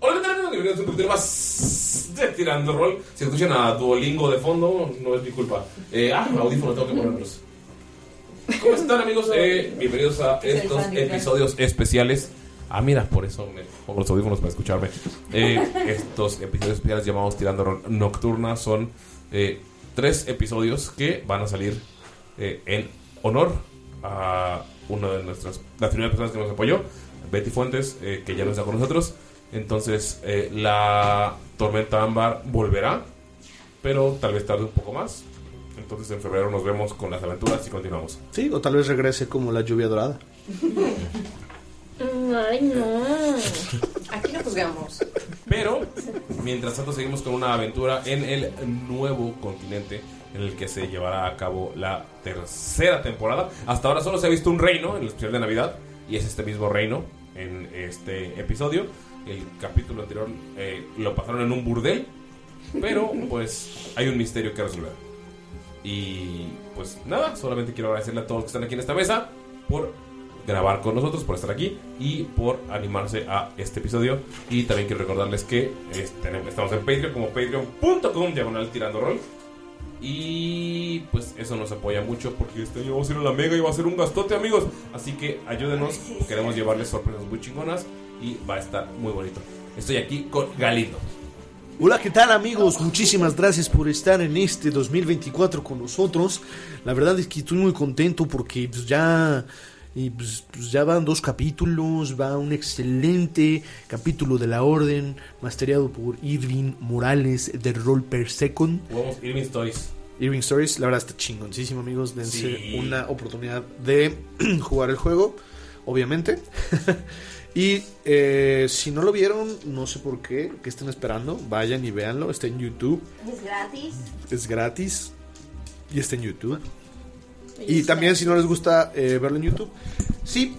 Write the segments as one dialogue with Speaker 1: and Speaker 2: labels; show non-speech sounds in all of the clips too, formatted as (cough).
Speaker 1: Hola, ¿qué tal? amigos? Bienvenidos a un capítulo más de Tirando Roll. Si escuchan a Duolingo de fondo, no es mi culpa. Eh, ah, audífono, tengo que ponerlos. ¿Cómo están, amigos? Eh, bienvenidos a estos episodios especiales. Ah, mira, por eso me pongo los audífonos para escucharme. Eh, estos episodios especiales llamados Tirando Roll Nocturna son eh, tres episodios que van a salir eh, en honor a una de nuestras, la primera personas que nos apoyó, Betty Fuentes, eh, que ya no está con nosotros. Entonces, eh, la tormenta ámbar volverá, pero tal vez tarde un poco más. Entonces, en febrero nos vemos con las aventuras y continuamos.
Speaker 2: Sí, o tal vez regrese como la lluvia dorada.
Speaker 3: Ay, no. Aquí no juzgamos.
Speaker 1: Pero, mientras tanto, seguimos con una aventura en el nuevo continente en el que se llevará a cabo la tercera temporada. Hasta ahora solo se ha visto un reino en el especial de Navidad, y es este mismo reino en este episodio. El capítulo anterior eh, lo pasaron en un burdel, pero pues hay un misterio que resolver. Y pues nada, solamente quiero agradecerle a todos los que están aquí en esta mesa por grabar con nosotros, por estar aquí y por animarse a este episodio. Y también quiero recordarles que es- tenemos- estamos en Patreon como patreon.com diagonal tirando rol. Y pues eso nos apoya mucho porque este año vamos a ir a la mega y va a ser un gastote amigos. Así que ayúdenos, queremos llevarles sorpresas muy chingonas y va a estar muy bonito. Estoy aquí con Galindo.
Speaker 2: Hola, ¿qué tal amigos? Muchísimas gracias por estar en este 2024 con nosotros. La verdad es que estoy muy contento porque pues, ya, y, pues, pues, ya van dos capítulos, va un excelente capítulo de la Orden, masterado por Irving Morales de Roll Per Second.
Speaker 1: Jugamos Irving Stories.
Speaker 2: Irving Stories, la verdad está chingoncísimo amigos, dense
Speaker 1: Sí.
Speaker 2: una oportunidad de (clears throat) jugar el juego, obviamente. (laughs) y eh, si no lo vieron, no sé por qué, que estén esperando, vayan y véanlo, está en YouTube,
Speaker 3: Es gratis.
Speaker 2: es gratis y está en YouTube. Y también si no les gusta eh, verlo en YouTube, sí,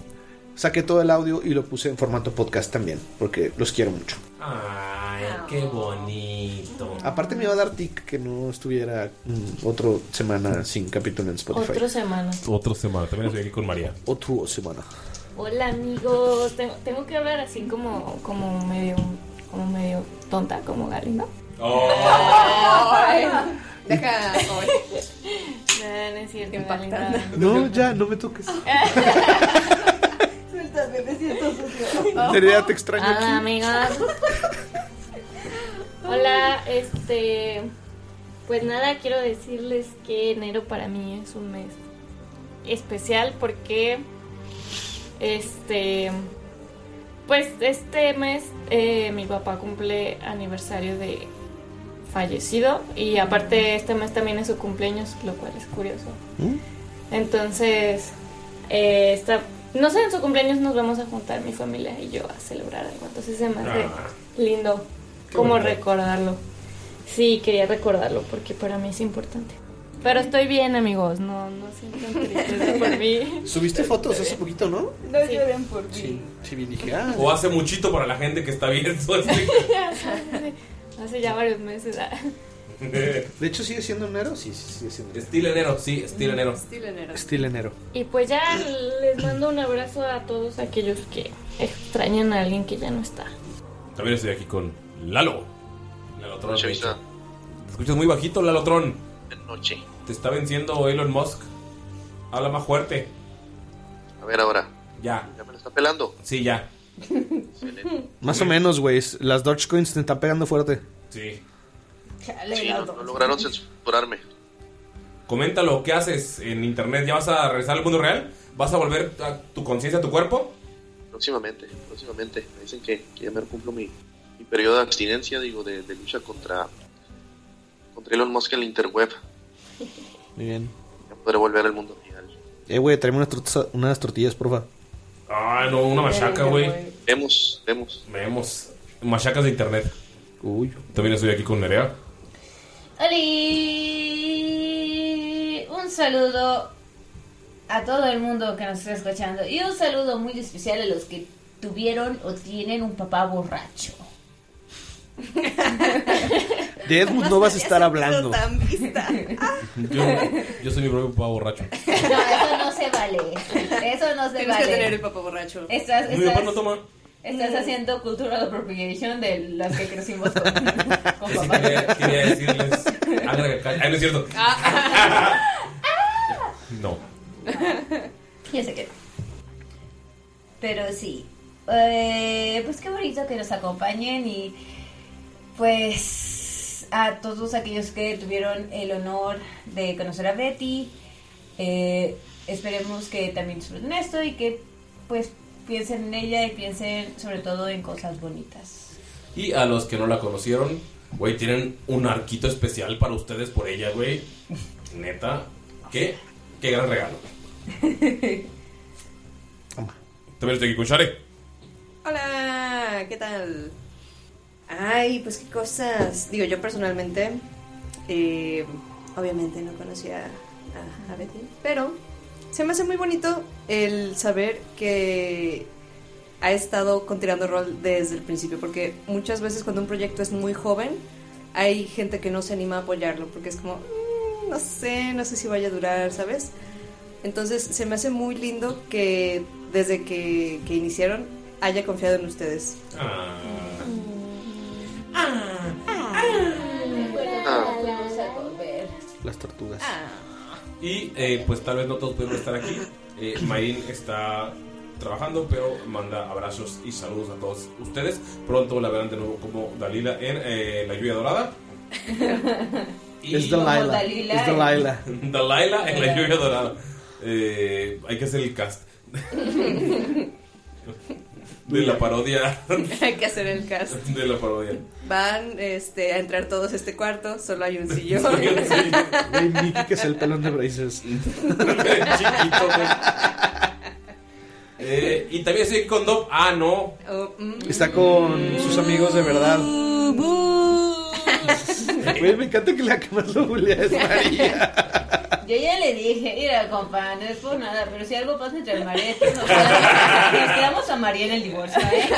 Speaker 2: saqué todo el audio y lo puse en formato podcast también, porque los quiero mucho.
Speaker 1: Ay, qué bonito.
Speaker 2: Aparte me iba a dar tic que no estuviera mm, otra semana sin capítulo en Spotify.
Speaker 3: Otra semana.
Speaker 1: Otro semana, también estoy aquí con María.
Speaker 2: Otro semana.
Speaker 3: Hola, amigos. Tengo, tengo que hablar así como, como medio como medio tonta, como Galindo.
Speaker 4: Deja,
Speaker 3: No, no es cierto,
Speaker 4: Impactando.
Speaker 3: Galindo.
Speaker 2: No, ya, no
Speaker 4: (laughs)
Speaker 2: me toques.
Speaker 4: Oh. Suéltame, me siento sucio.
Speaker 2: Nerea, te extraño
Speaker 3: Hola,
Speaker 2: aquí.
Speaker 3: amigos. Hola, este. Pues nada, quiero decirles que enero para mí es un mes especial porque. Este. Pues este mes eh, mi papá cumple aniversario de fallecido y aparte este mes también es su cumpleaños, lo cual es curioso. Entonces, eh, está, no sé, en su cumpleaños nos vamos a juntar mi familia y yo a celebrar algo. Entonces se me hace
Speaker 1: Ah.
Speaker 3: lindo
Speaker 1: Qué
Speaker 3: como
Speaker 1: bonito.
Speaker 3: recordarlo. Sí, quería recordarlo porque para mí es importante. Pero estoy bien, amigos. No, no sientan
Speaker 1: (laughs)
Speaker 3: tristeza por mí.
Speaker 5: Subiste fotos hace poquito, ¿no?
Speaker 6: No lloren por mí. (laughs)
Speaker 5: Sí. Sí, vi, dije, ah.
Speaker 1: O hace muchito para la gente que está viendo este esto.
Speaker 5: (laughs)
Speaker 3: Hace ya varios meses. ah.
Speaker 5: De hecho, ¿sigue siendo enero? Sí, sí, sigue siendo enero.
Speaker 1: Estilo enero, sí, estilo enero.
Speaker 6: Estilo enero.
Speaker 5: Estilo enero.
Speaker 3: Y pues ya les mando un abrazo a todos aquellos que extrañan a alguien que ya no está.
Speaker 1: También estoy aquí con Lalo. Lalotron.
Speaker 7: Noche, Isa.
Speaker 1: Te escuchas muy bajito, Lalotron.
Speaker 7: De noche.
Speaker 1: Te está venciendo Elon Musk. Habla más fuerte.
Speaker 7: A ver ahora.
Speaker 1: Ya.
Speaker 7: Ya me lo está pelando.
Speaker 1: Sí, ya.
Speaker 5: Más o menos, güey. Las Dogecoins te están pegando fuerte.
Speaker 1: Sí.
Speaker 6: Chale,
Speaker 7: Sí, no,
Speaker 6: Lalo.
Speaker 7: no lograron censurarme.
Speaker 1: Coméntalo, ¿qué haces en internet? ¿Ya vas a regresar al mundo real? ¿Vas a volver a tu conciencia, a tu cuerpo?
Speaker 7: Próximamente, próximamente. Me dicen que, que ya me cumplo mi, mi periodo de abstinencia, digo, de, de lucha contra, contra Elon Musk en la interweb.
Speaker 5: Muy bien.
Speaker 7: Ya podré volver al mundo real.
Speaker 5: Eh, güey, tráeme unas, tortas- unas tortillas, porfa.
Speaker 1: Ah, no, una machaca, güey.
Speaker 7: Vemos, vemos.
Speaker 1: Vemos. Machacas de internet.
Speaker 5: Uy.
Speaker 1: También estoy aquí con Nerea.
Speaker 6: Oli, un saludo a todo el mundo que nos está escuchando y un saludo muy especial a los que tuvieron o tienen un papá borracho.
Speaker 5: De Edmund no vas a estar hablando.
Speaker 1: Yo, yo soy mi propio papá borracho.
Speaker 6: (laughs) No, eso no se vale. Eso no se
Speaker 4: Tienes
Speaker 6: vale.
Speaker 4: que tener el papá Mm. borracho.
Speaker 6: Estás,
Speaker 1: Mi papá
Speaker 6: estás,
Speaker 1: no toma.
Speaker 6: estás haciendo cultura de apropiación de las que crecimos
Speaker 4: (laughs)
Speaker 6: con, con
Speaker 1: Sí,
Speaker 6: papá.
Speaker 1: quería, quería decirles. Ángela Calla. Ay, no es cierto. (laughs) No.
Speaker 6: Ya sé que no. Pero sí. Eh, pues qué bonito que nos acompañen y pues a todos aquellos que tuvieron el honor de conocer a Betty. eh, esperemos que también disfruten esto y que pues piensen en ella y piensen sobre todo en cosas bonitas.
Speaker 1: Y a los que no la conocieron, güey, tienen un arquito especial para ustedes por ella, güey. Neta, qué, qué gran
Speaker 5: (laughs)
Speaker 1: regalo. También estoy aquí con Share.
Speaker 4: Hola, ¿qué tal? Ay, pues qué cosas. Digo, yo personalmente, eh, obviamente no conocía a, a Betty, pero se me hace muy bonito el saber que ha estado continuando el rol desde el principio, porque muchas veces cuando un proyecto es muy joven, hay gente que no se anima a apoyarlo, porque es como, "Mm, no sé, no sé si vaya a durar, ¿sabes? Entonces se me hace muy lindo que desde que, que iniciaron haya confiado en ustedes.
Speaker 3: (laughs)
Speaker 1: Ah.
Speaker 3: Ah.
Speaker 5: Las tortugas.
Speaker 1: Ah. Y eh, pues tal vez no todos pudieron estar aquí. Eh, Mayrin está trabajando, pero manda abrazos y saludos a todos ustedes. Pronto la verán de nuevo como Dalila en eh, La Lluvia Dorada. Y-
Speaker 5: Es Delilah.
Speaker 6: Dalila.
Speaker 5: Es Delilah.
Speaker 1: (laughs) Dalila en la lluvia dorada. Eh, hay que hacer el cast. De la parodia. (laughs)
Speaker 4: Hay que hacer el cast.
Speaker 1: De la parodia.
Speaker 4: Van este, a entrar todos a este cuarto, solo
Speaker 1: (laughs)
Speaker 4: hay un sillón.
Speaker 5: Güey, Mickey que es el pelón de braces.
Speaker 1: Chiquito, güey. Eh, y también estoy con Dob. Ah, no.
Speaker 4: Oh, mm.
Speaker 5: Está con sus amigos de verdad.
Speaker 4: Bu, bu.
Speaker 5: Güey, me encanta que la que más lo bulea es María.
Speaker 6: Yo ya le dije, mira compa, no es por nada, pero si algo pasa entre el marido, nos quedamos a María en el divorcio, ¿eh?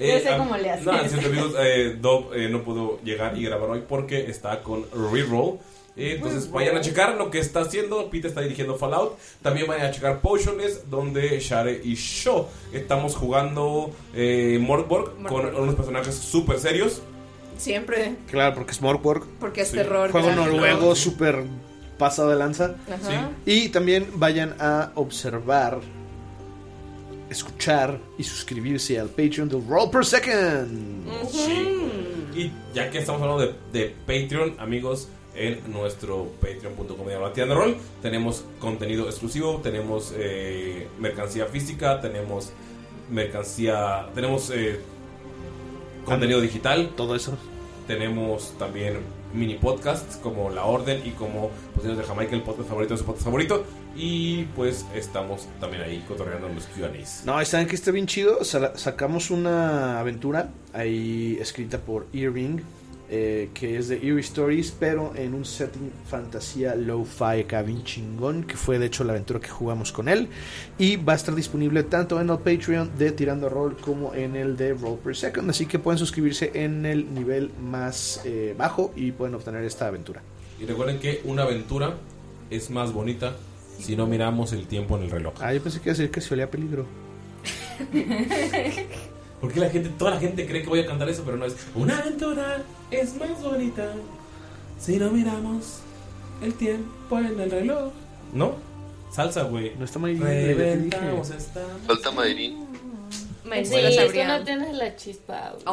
Speaker 1: Eh,
Speaker 6: sé
Speaker 1: ah,
Speaker 6: cómo le haces.
Speaker 1: No, en cierto, amigos, eh, Dob eh, no pudo llegar y grabar hoy porque está con Reroll. Eh, entonces vayan a checar lo que está haciendo. Pete está dirigiendo Fallout. También vayan a checar Potionless, donde Share y yo estamos jugando eh, Mordborg con
Speaker 4: Mordborg.
Speaker 1: unos personajes súper serios.
Speaker 4: (laughs) Siempre,
Speaker 5: Claro, porque es Morkborg.
Speaker 4: porque es
Speaker 1: Sí.
Speaker 4: terror.
Speaker 5: Juego
Speaker 4: gráfico.
Speaker 5: noruego súper pasado de lanza.
Speaker 4: Ajá.
Speaker 1: Sí.
Speaker 5: Y también vayan a observar, escuchar y suscribirse al Patreon de Roll Per Second.
Speaker 1: Sí. Y ya que estamos hablando de, de Patreon, amigos, en nuestro patreon.com de Tienda Roll tenemos contenido exclusivo, tenemos eh, mercancía física, tenemos mercancía, tenemos eh, contenido digital,
Speaker 5: Todo eso.
Speaker 1: tenemos también mini podcasts como La Orden y como Posiciones de Jamaica, el podcast favorito de su podcast favorito. Y pues estamos también ahí cotorreando los QAs.
Speaker 5: No, ¿y ¿saben que está bien chido? Sala- sacamos una aventura ahí escrita por Earring, eh, que es de Eerie Stories, pero en un setting fantasía low-fi acá bien chingón, que fue de hecho la aventura que jugamos con él. Y va a estar disponible tanto en el Patreon de Tirando Roll como en el de Roll Per Second, así que pueden suscribirse en el nivel más eh, bajo y pueden obtener esta aventura.
Speaker 1: Y recuerden que una aventura es más bonita si no miramos el tiempo en el reloj.
Speaker 5: Ah, yo pensé que iba a decir que se olía a peligro.
Speaker 1: Porque la gente, toda la gente cree que voy a cantar eso, pero no es una aventura es más bonita si no miramos el tiempo en el
Speaker 3: (laughs)
Speaker 1: reloj. ¿No? Salsa, güey. No
Speaker 5: está muy
Speaker 1: Reventamos eh.
Speaker 7: (laughs)
Speaker 1: esta.
Speaker 7: Falta Mayrin.
Speaker 3: Sí,
Speaker 4: lo
Speaker 3: es que
Speaker 4: sabrían.
Speaker 3: no tienes la chispa. güey.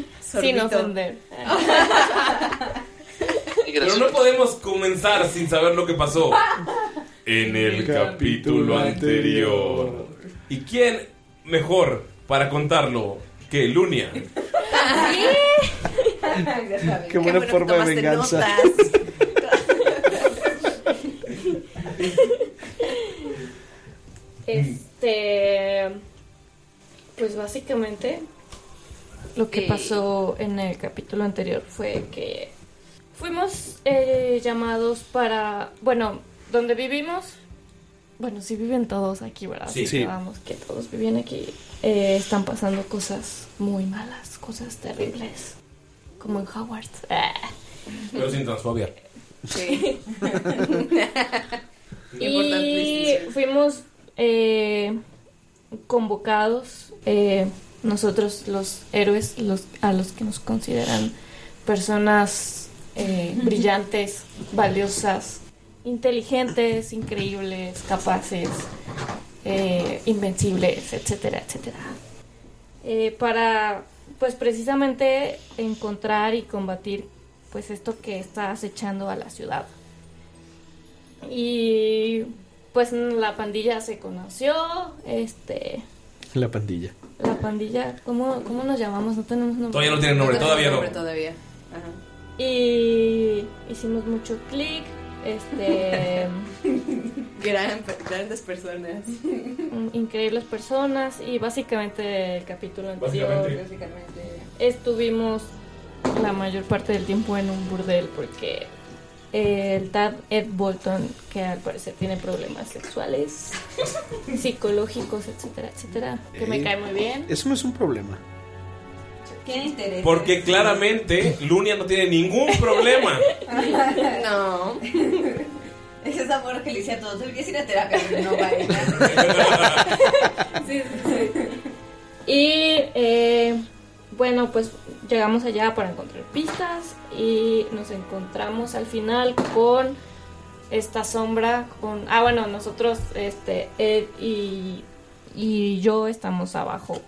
Speaker 3: (laughs) Sin
Speaker 4: Sorbito.
Speaker 3: ofender.
Speaker 1: Pero no podemos comenzar sin saber lo que pasó en el capítulo anterior. ¿Y quién mejor para contarlo que Lunia?
Speaker 6: (laughs) Qué,
Speaker 5: Qué buena forma de venganza.
Speaker 3: Este. Pues básicamente. Lo que
Speaker 4: Eh.
Speaker 3: pasó en el capítulo anterior fue que fuimos eh, llamados para. Bueno, donde vivimos. Bueno, sí viven todos aquí, ¿verdad?
Speaker 4: Sí.
Speaker 3: Sí, Vamos, que todos viven aquí. Eh, están pasando cosas muy malas, cosas terribles. Como en Howard. (laughs) Ah.
Speaker 1: Pero sin transfobia. (laughs)
Speaker 3: Sí. y
Speaker 4: Importantísimo.
Speaker 3: fuimos eh, convocados, eh, nosotros los héroes, los, a los que nos
Speaker 7: (laughs)
Speaker 3: consideran personas eh, brillantes, valiosas, inteligentes, increíbles, capaces, eh, invencibles, etcétera, etcétera. Eh, para, pues precisamente, encontrar y combatir, pues esto que está acechando a la ciudad. Y pues la pandilla se conoció, este,
Speaker 5: La pandilla.
Speaker 3: la pandilla, ¿cómo, cómo nos llamamos? No tenemos nombre.
Speaker 1: Todavía no tiene nombre, todavía no.
Speaker 4: Todavía.
Speaker 3: Y hicimos mucho clic,
Speaker 1: (laughs)
Speaker 3: este,
Speaker 4: Gran, grandes personas.
Speaker 3: mm, increíbles personas y básicamente el capítulo anterior
Speaker 4: Básicamente. Básicamente.
Speaker 3: estuvimos la mayor parte del tiempo en un burdel porque el tal Ed Bolton, que al parecer tiene problemas sexuales, psicológicos, etcétera, etcétera, que me
Speaker 5: Eh,
Speaker 3: cae muy bien.
Speaker 5: Eso no es un problema.
Speaker 4: ¿Quién interesa?
Speaker 1: Porque claramente Lunia no tiene ningún problema.
Speaker 4: no.
Speaker 6: Es (laughs) ese amor que le hice a todos. Deberías ir a terapia, pero no va a
Speaker 7: (laughs)
Speaker 6: ir.
Speaker 3: Y eh, bueno, pues llegamos allá para encontrar pistas y nos encontramos al final con esta sombra. Con, ah, bueno, nosotros, este, Ed y, y yo estamos abajo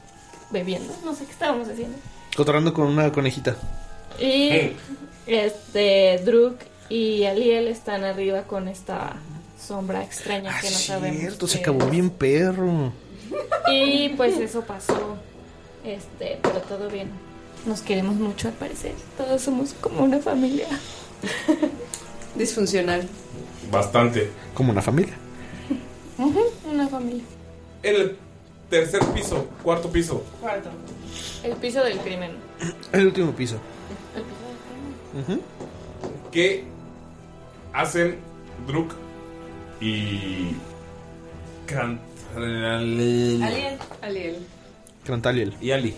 Speaker 3: bebiendo. No sé qué estábamos haciendo.
Speaker 5: Cotorrando con una conejita.
Speaker 3: Y este, Druk y Aliel están arriba con esta sombra extraña que no sabemos.
Speaker 5: Ah, Cierto, se
Speaker 3: qué
Speaker 5: acabó bien perro.
Speaker 3: Y pues eso pasó. Este, pero todo bien. Nos queremos mucho al parecer. Todos somos como una familia.
Speaker 4: Disfuncional.
Speaker 1: Bastante.
Speaker 5: Como una familia.
Speaker 3: Ujú, Una familia.
Speaker 1: El tercer piso, cuarto piso.
Speaker 3: Cuarto. El piso del crimen.
Speaker 5: El último piso.
Speaker 3: El piso del crimen.
Speaker 1: ¿Qué hacen Druk y Krant-
Speaker 4: Aliel.
Speaker 1: (laughs)
Speaker 4: Aliel.
Speaker 5: Crantaliel.
Speaker 1: Y Ali.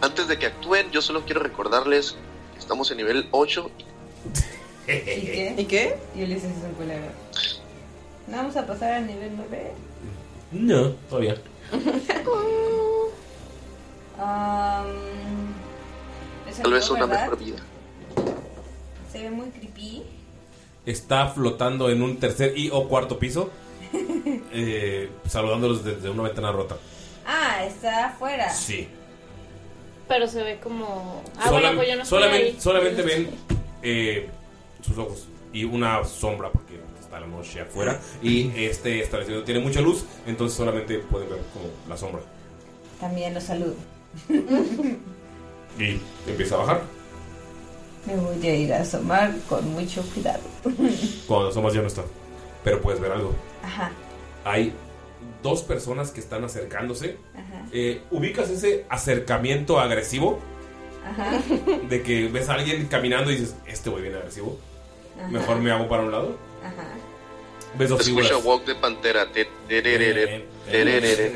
Speaker 7: Antes de que actúen, yo solo quiero recordarles que estamos en nivel 8.
Speaker 4: ¿Y qué? ¿Y qué? Y Ulises es un culero.
Speaker 6: ¿No vamos a pasar al nivel 9?
Speaker 1: (laughs) No, todavía.
Speaker 7: Tal vez una mejor vida.
Speaker 6: Se ve muy creepy.
Speaker 1: Está flotando en un tercer y o cuarto piso. eh, saludándolos desde una ventana rota.
Speaker 6: Ah, está afuera.
Speaker 1: Sí.
Speaker 3: Pero se ve como. Ah,
Speaker 1: Solam-
Speaker 3: bueno, pues yo no estoy
Speaker 1: solamente,
Speaker 3: ahí.
Speaker 1: solamente ven eh, sus ojos y una sombra porque está la noche afuera y este establecimiento tiene mucha luz, entonces solamente pueden ver como la sombra
Speaker 6: También los saludo.
Speaker 1: y empieza a bajar.
Speaker 6: Me voy a ir a asomar con mucho cuidado.
Speaker 1: Cuando asomas ya no está. Pero puedes ver algo.
Speaker 6: Ajá.
Speaker 1: Hay dos personas que están acercándose.
Speaker 6: Ajá.
Speaker 1: Eh, ¿Ubicas ese acercamiento agresivo?
Speaker 6: Ajá.
Speaker 1: De que ves a alguien caminando y dices, este güey viene agresivo.
Speaker 6: Ajá.
Speaker 1: Mejor me hago para un lado.
Speaker 6: Ajá.
Speaker 1: Ves dos
Speaker 7: Escucha
Speaker 1: figuras.
Speaker 7: Walk de Pantera. te- tererere, tererere.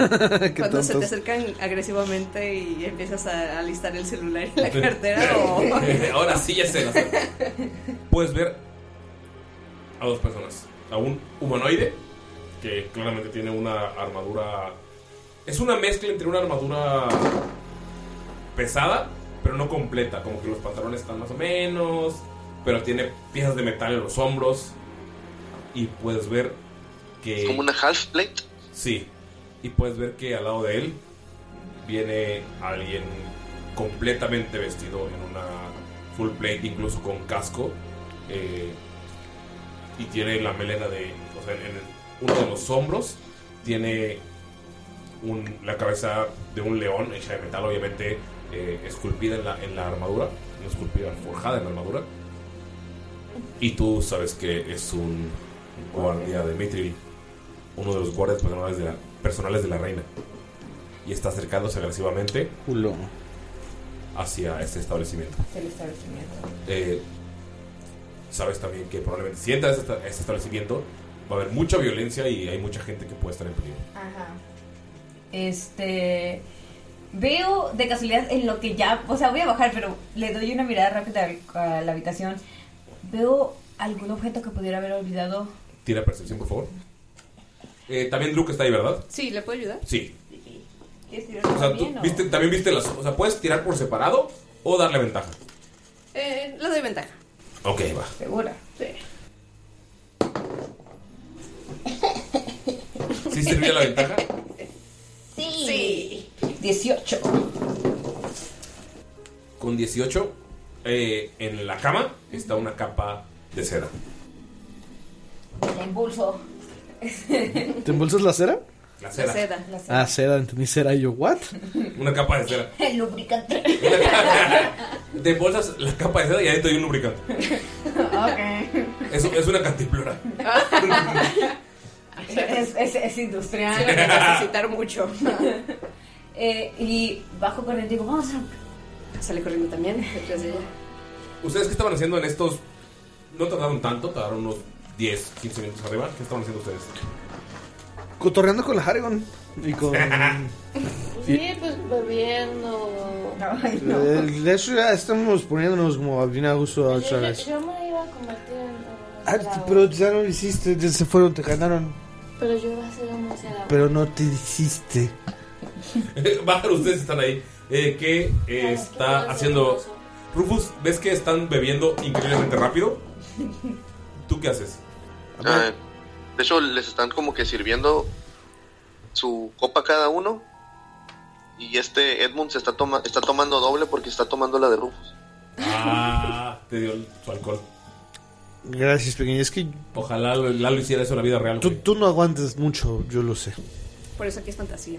Speaker 4: (laughs) Cuando se te acercan agresivamente y empiezas a alistar el celular en la
Speaker 1: (laughs)
Speaker 4: cartera o...
Speaker 1: Ahora sí ya sé. las- Puedes ver a dos personas. A un humanoide que claramente tiene una armadura... Es una mezcla entre una armadura pesada, pero no completa. Como que los pantalones están más o menos, pero tiene piezas de metal en los hombros. Y puedes ver que...
Speaker 7: Como una half plate.
Speaker 1: Sí. Y puedes ver que al lado de él viene alguien completamente vestido en una full plate, incluso con casco. eh, y tiene la melena de. O sea, en el- uno de los hombros tiene un- la cabeza de un león hecha de metal, obviamente eh, esculpida en la, en la armadura. No esculpida, forjada en la armadura. Y tú sabes que es un guardia de Mithril, uno de los guardias personales de la, personales de la reina. Y está acercándose agresivamente hacia este establecimiento.
Speaker 6: El establecimiento.
Speaker 1: Eh, sabes también que probablemente si entras a esta- a este establecimiento va a haber mucha violencia y hay mucha gente que puede estar en peligro.
Speaker 6: Ajá. Este. Veo de casualidad en lo que ya. O sea, voy a bajar, pero le doy una mirada rápida al- a la habitación. Veo algún objeto que pudiera haber olvidado.
Speaker 1: Tira percepción, por favor. Eh, también Luke está ahí, ¿verdad?
Speaker 4: Sí, ¿le puedo ayudar?
Speaker 1: Sí.
Speaker 6: ¿Quieres
Speaker 1: O sea, tú viste, también viste las... O sea, puedes tirar por separado o darle ventaja.
Speaker 4: Eh, le doy ventaja.
Speaker 1: Ok, va.
Speaker 6: ¿Segura?
Speaker 4: Sí.
Speaker 1: ¿Sí sirvió la ventaja?
Speaker 6: Sí. 18.
Speaker 1: Con 18, eh, en la cama está una capa de seda.
Speaker 6: La impulso. (laughs)
Speaker 5: ¿Te embolsas la cera?
Speaker 1: La cera.
Speaker 6: La seda.
Speaker 5: Ah, cera, entendí cera. Y yo, ¿what?
Speaker 1: Una capa de cera.
Speaker 6: El lubricante.
Speaker 1: Te bolsas la capa de seda y adentro hay un lubricante.
Speaker 6: (laughs) ok.
Speaker 1: Es, es una cantimplora.
Speaker 6: Es, es- es industrial.
Speaker 4: Sí, voy a necesitar mucho.
Speaker 6: (laughs) Eh, y bajo con él digo, vamos
Speaker 4: Sale corriendo también detrás de ella.
Speaker 1: ¿Ustedes qué estaban haciendo en estos? No tardaron tanto, tardaron unos 10, 15 minutos arriba. ¿Qué estaban haciendo ustedes? (laughs)
Speaker 5: Cotorreando con la Harrigan. Y con.
Speaker 8: Sí, pues bebiendo.
Speaker 5: Eh, de hecho, ya estamos poniéndonos como bien a gusto otra
Speaker 8: Yo, yo-
Speaker 5: vez.
Speaker 8: yo me iba a convertir en un
Speaker 5: Ah,
Speaker 8: murciélago,
Speaker 5: pero ya no lo hiciste, ya se fueron, te ganaron.
Speaker 8: pero yo iba a ser un murciélago.
Speaker 5: Pero no te hiciste.
Speaker 1: Bájalo, ustedes están ahí. Eh, ¿Qué eh, está haciendo? Rufus, ¿ves que están bebiendo increíblemente rápido? ¿Tú qué haces?
Speaker 7: Ah, de hecho, les están como que sirviendo su copa cada uno. Y este Edmund se está, toma, está tomando doble porque está tomando la de Rufus.
Speaker 1: Ah, te dio el- su alcohol. (laughs)
Speaker 5: Gracias, pequeña. Es que
Speaker 1: Ojalá lo- Lalo hiciera eso en la vida real.
Speaker 5: tú, tú no aguantas mucho, yo lo sé.
Speaker 4: Por eso aquí es fantasía.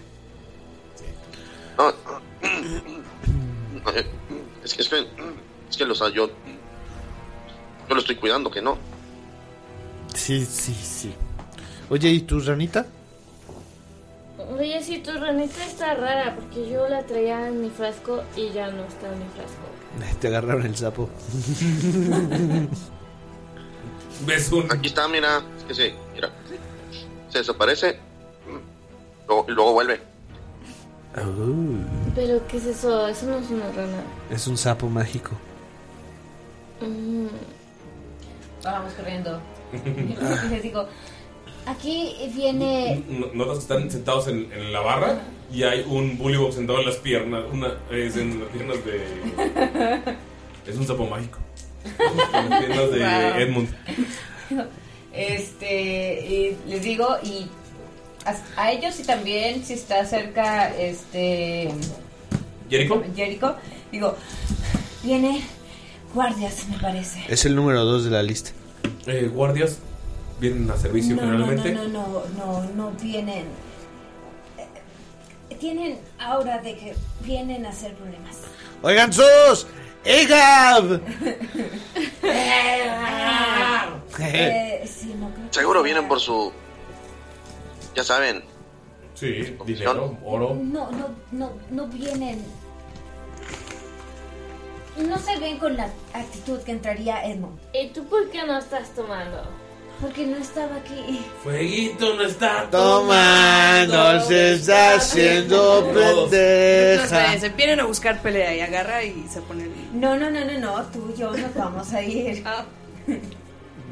Speaker 7: No, eh, es que, es que, es que o sea, yo, yo lo estoy cuidando, que no.
Speaker 5: Sí, sí, sí. Oye, ¿y tu ranita?
Speaker 8: Oye, si tu ranita está rara, porque yo la traía en mi frasco y ya no está en mi frasco.
Speaker 5: Te agarraron el (laughs) sapo.
Speaker 1: ¿Ves un...
Speaker 7: Aquí está, mira. Es que sí, mira. Se desaparece. Luego, y luego vuelve.
Speaker 5: Oh.
Speaker 8: Pero, ¿qué es eso? Eso no es una rana.
Speaker 5: es un sapo mágico.
Speaker 8: Mm.
Speaker 6: Vamos corriendo.
Speaker 1: Ah.
Speaker 6: Y les digo, aquí viene.
Speaker 1: No- Notas que están sentados en, en la barra y hay un bully box sentado en las piernas. Una, es en las piernas de. Es un sapo mágico. En las piernas de
Speaker 6: Wow.
Speaker 1: Edmund.
Speaker 6: Este, y les digo, y a, a ellos y también si está cerca este
Speaker 1: ¿Jericho?
Speaker 6: Jericho, digo, viene guardias, me parece.
Speaker 5: Es el número 2 de la lista.
Speaker 1: Eh, guardias vienen a servicio
Speaker 6: no,
Speaker 1: generalmente.
Speaker 6: No, no, no, no, no, no vienen.
Speaker 1: (laughs)
Speaker 6: eh, Tienen ahora de que vienen a hacer problemas.
Speaker 5: Oigan, sos.
Speaker 2: ¡Egab!
Speaker 9: Eh, sí, no creo.
Speaker 7: Seguro vienen por su. Ya saben.
Speaker 1: Sí, dinero, oro.
Speaker 6: No, no, no, no vienen. No se ven con la actitud que entraría Edmond.
Speaker 3: ¿Y tú por qué no estás tomando?
Speaker 6: Porque no estaba aquí.
Speaker 1: Fueguito no está
Speaker 2: Tomando, se está haciendo pendeja.
Speaker 4: se vienen a buscar pelea y agarra y se pone
Speaker 9: No, no, no, no, no, tú y yo nos vamos a
Speaker 3: (laughs)
Speaker 9: ir.
Speaker 3: Ah.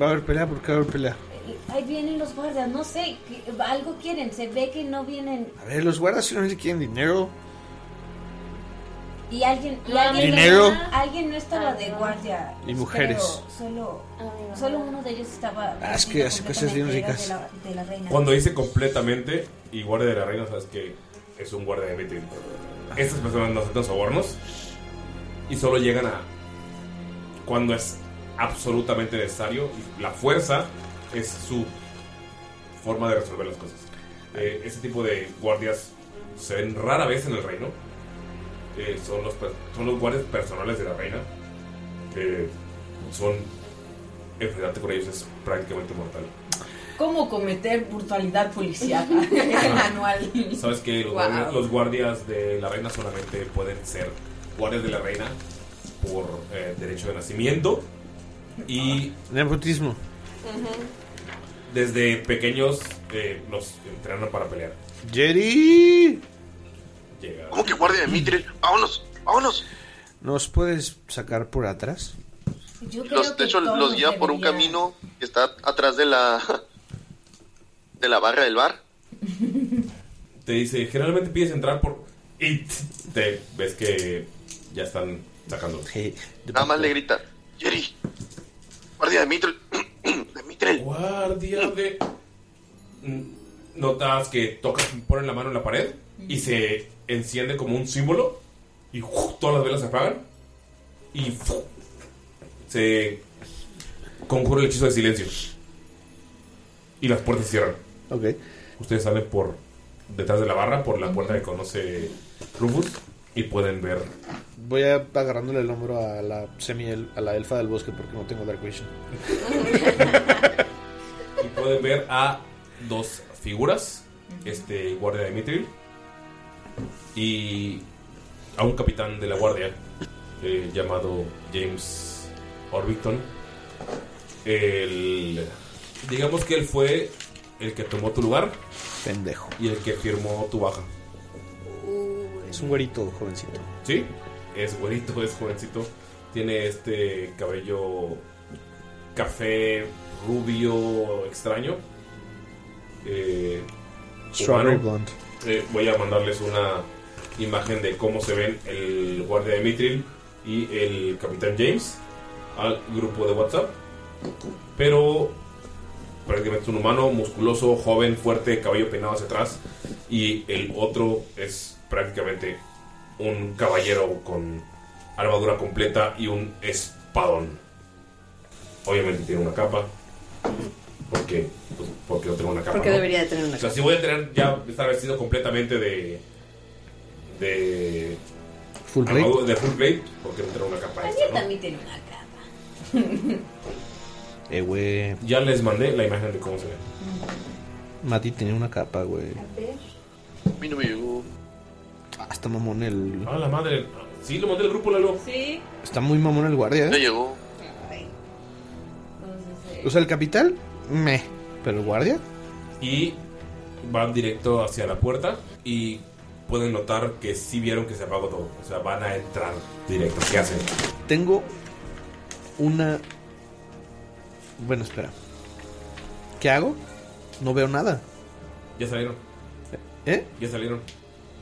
Speaker 2: Va a haber pelea porque va a haber pelea.
Speaker 6: Ahí vienen los guardias, no sé, que- algo quieren, se ve que no vienen.
Speaker 2: A ver, los guardas si no se quieren dinero.
Speaker 6: Y alguien, y alguien
Speaker 2: Dinero.
Speaker 6: alguien no estaba de guardia.
Speaker 2: Y mujeres.
Speaker 6: pero solo,
Speaker 3: Ah,
Speaker 6: solo uno de ellos estaba.
Speaker 2: Ah, es que hace cosas bien ricas.
Speaker 6: De la, de la reina.
Speaker 1: Cuando dice completamente y guardia de la reina, sabes que es un guardia de Betín. Estas personas no aceptan sobornos y solo llegan a cuando es absolutamente necesario. Y La fuerza es su forma de resolver las cosas. Eh, ese tipo de guardias se ven rara vez en el reino. Eh, son, los, per- son los guardias personales de la reina. Eh, son. Enfrentarte con ellos es prácticamente mortal.
Speaker 8: ¿Cómo cometer brutalidad
Speaker 6: (laughs)
Speaker 8: policial? (laughs) El
Speaker 2: Ah.
Speaker 8: manual.
Speaker 1: Sabes que los,
Speaker 8: Guau.
Speaker 1: guardias, los guardias de la reina solamente pueden ser guardias de la reina por eh, derecho de nacimiento y
Speaker 2: Nepotismo.
Speaker 1: desde pequeños eh, los entrenan para pelear.
Speaker 2: Jerry,
Speaker 1: Llega.
Speaker 7: ¿Cómo que guardia de Mitril? Vámonos, vámonos.
Speaker 2: ¿nos puedes sacar por atrás?
Speaker 6: Yo creo
Speaker 7: Los,
Speaker 6: que
Speaker 7: de hecho,
Speaker 6: todos
Speaker 7: los guía por un
Speaker 6: deberían-
Speaker 7: camino que está atrás de la. de la barra del bar.
Speaker 1: Te dice, generalmente pides entrar por... Y te ves que ya están sacando.
Speaker 7: Nada más le grita: Jerry, guardia de Mitril.
Speaker 1: Guardia de... mm, Notas que tocan, ponen la mano en la pared y se enciende como un símbolo y ¡uf! todas las velas se apagan y ¡fu! se conjura el hechizo de silencio y las puertas se cierran. Ustedes salen por detrás de la barra por la puerta que conoce Rufus y pueden ver
Speaker 2: Voy a agarrándole el hombro a la semi a la elfa del bosque porque no tengo Dark
Speaker 6: (laughs)
Speaker 2: Vision.
Speaker 1: y pueden ver a dos figuras, este guardia de Mithril y a un capitán de la guardia eh, llamado James Orbiton. El- digamos que él fue el que tomó tu lugar
Speaker 2: Pendejo.
Speaker 1: y el que firmó tu baja.
Speaker 2: Es un güerito jovencito.
Speaker 1: Sí, es güerito, es jovencito. Tiene este cabello café rubio extraño. Eh,
Speaker 2: Strawberry
Speaker 1: cubano.
Speaker 2: blonde.
Speaker 1: Eh, voy a mandarles una imagen de cómo se ven el guardia de Mitril y el capitán James al grupo de WhatsApp. Pero prácticamente un humano musculoso, joven, fuerte, cabello peinado hacia atrás. Y el otro es prácticamente un caballero con armadura completa y un espadón. Obviamente tiene una capa. ¿Por qué? Pues porque no tengo una capa.
Speaker 4: Porque
Speaker 1: ¿no?
Speaker 4: debería de tener una
Speaker 1: O sea,
Speaker 4: capa.
Speaker 1: si voy a tener ya estar vestido completamente de. de.
Speaker 2: Full plate.
Speaker 1: armadura- De full plate, porque no tengo una capa extra,
Speaker 9: Yo
Speaker 1: ¿no?
Speaker 9: también tengo una capa.
Speaker 2: Eh, güey.
Speaker 1: Ya les mandé la imagen de cómo se ve.
Speaker 2: Mati tenía una capa, güey.
Speaker 7: mí no me llegó.
Speaker 2: Ah, está mamón el.
Speaker 1: Ah, la madre. Sí, lo mandé al grupo, Lalo.
Speaker 4: Sí.
Speaker 2: Está muy mamón el guardia,
Speaker 7: No
Speaker 2: eh.
Speaker 7: llegó.
Speaker 2: O sea, el capital, meh. Pero el guardia.
Speaker 1: Y van directo hacia la puerta y pueden notar que sí vieron que se apagó todo. O sea, van a entrar directo. ¿Qué hacen?
Speaker 2: Tengo una. Bueno, espera. ¿Qué hago? No veo nada.
Speaker 1: Ya salieron.
Speaker 2: ¿Eh?
Speaker 1: Ya salieron.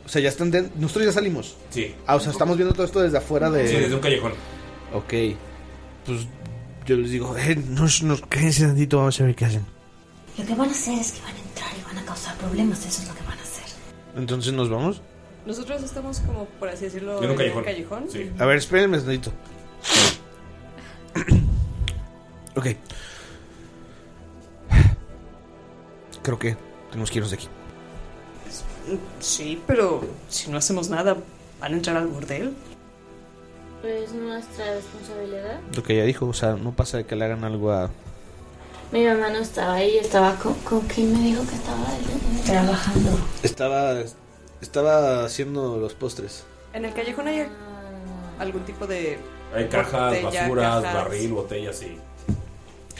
Speaker 2: O sea, ya están. de- Nosotros ya salimos.
Speaker 1: Sí.
Speaker 2: Ah, o sea, estamos viendo todo esto desde afuera de.
Speaker 1: Sí, desde un callejón.
Speaker 2: Ok. Pues yo les digo, eh, nos, nos quédense tantito, vamos a ver qué hacen.
Speaker 6: Lo que van a hacer es que van a entrar y van a causar problemas, eso es lo que van a hacer.
Speaker 2: Entonces nos vamos.
Speaker 4: Nosotros estamos como, por así decirlo,
Speaker 2: En un callejón.
Speaker 4: callejón.
Speaker 2: A ver, espérenme tantito. ok. Creo que tenemos que irnos de aquí.
Speaker 4: Mm, Sí, pero si no hacemos nada, ¿van a entrar al bordel?
Speaker 3: Es nuestra responsabilidad.
Speaker 2: Lo que ella dijo, o sea, no pasa de que le hagan algo a...
Speaker 3: Mi mamá no estaba ahí, estaba con, con quien me dijo que estaba él.
Speaker 2: Trabajando. Estaba, estaba haciendo los postres.
Speaker 4: En el callejón hay algún tipo de.
Speaker 1: Hay cajas,
Speaker 4: botella,
Speaker 1: basuras,
Speaker 4: cajas.
Speaker 1: barril, botellas, sí.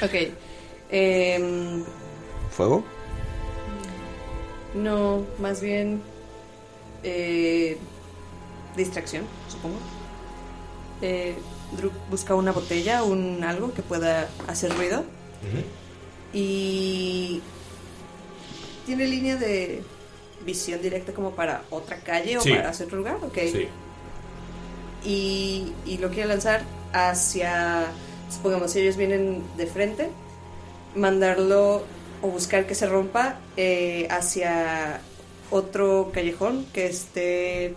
Speaker 4: Ok. Em,
Speaker 2: ¿Fuego?
Speaker 4: no, más bien. eh, distracción, supongo. Eh, Drew busca una botella, un algo que pueda hacer ruido. Y. Tiene línea de visión directa como para otra calle o
Speaker 6: Sí.
Speaker 4: para hacer lugar, ok.
Speaker 6: Sí.
Speaker 4: y, y lo quiere lanzar hacia, supongamos, si ellos vienen de frente, mandarlo o buscar que se rompa eh, hacia otro callejón que esté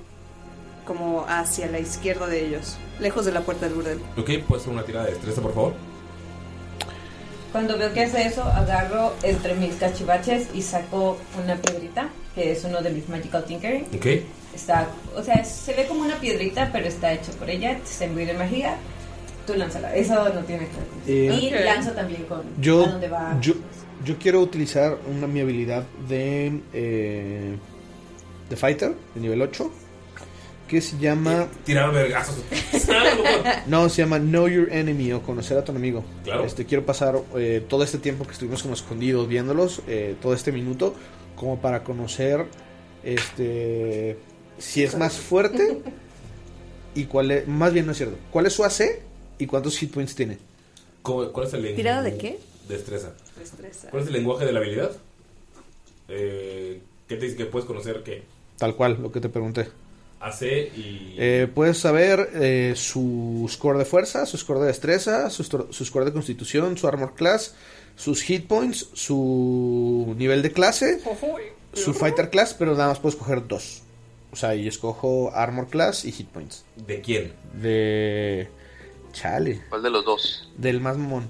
Speaker 4: como hacia la izquierda de ellos, lejos de la puerta del burdel.
Speaker 1: Ok, puedes hacer una tirada de destreza, por favor.
Speaker 6: Cuando veo que hace eso, agarro entre mis cachivaches y saco una piedrita, que es uno de mis Magical Tinkering.
Speaker 1: Ok.
Speaker 6: Está, o sea, se ve como una piedrita, pero está hecho por ella, se envuelve en magia. Tú lánzala, eso no tiene que
Speaker 2: Eh,
Speaker 6: ver. Y
Speaker 2: Ok.
Speaker 6: lanzo también con a
Speaker 2: Yo,
Speaker 6: dónde va.
Speaker 2: yo, yo quiero utilizar una, mi habilidad de, eh, de Fighter, de nivel 8, que se llama...
Speaker 1: Tirar vergazos.
Speaker 2: No, se llama Know Your Enemy o Conocer a tu enemigo.
Speaker 1: Claro.
Speaker 2: Este, quiero pasar eh, todo este tiempo que estuvimos como escondidos viéndolos, eh, todo este minuto, como para conocer este si es más fuerte y cuál es. Más bien no es cierto. ¿Cuál es su AC y cuántos hit points tiene?
Speaker 1: ¿Cu- ¿Cuál es el lenguaje?
Speaker 4: ¿Tirada de qué?
Speaker 1: Destreza. ¿Cuál es el lenguaje de la habilidad? Eh, ¿Qué te dice que puedes conocer qué?
Speaker 2: Tal cual, lo que te pregunté.
Speaker 1: Hace y.
Speaker 2: Eh, puedes saber eh, su score de fuerza, su score de destreza, su, stor- su score de constitución, su armor class, sus hit points, su nivel de clase, su fighter class, pero nada más puedes coger dos. O sea, y escojo armor class y hit points.
Speaker 1: ¿De quién?
Speaker 2: De. Chale.
Speaker 7: ¿Cuál de los dos?
Speaker 2: Del más mamón.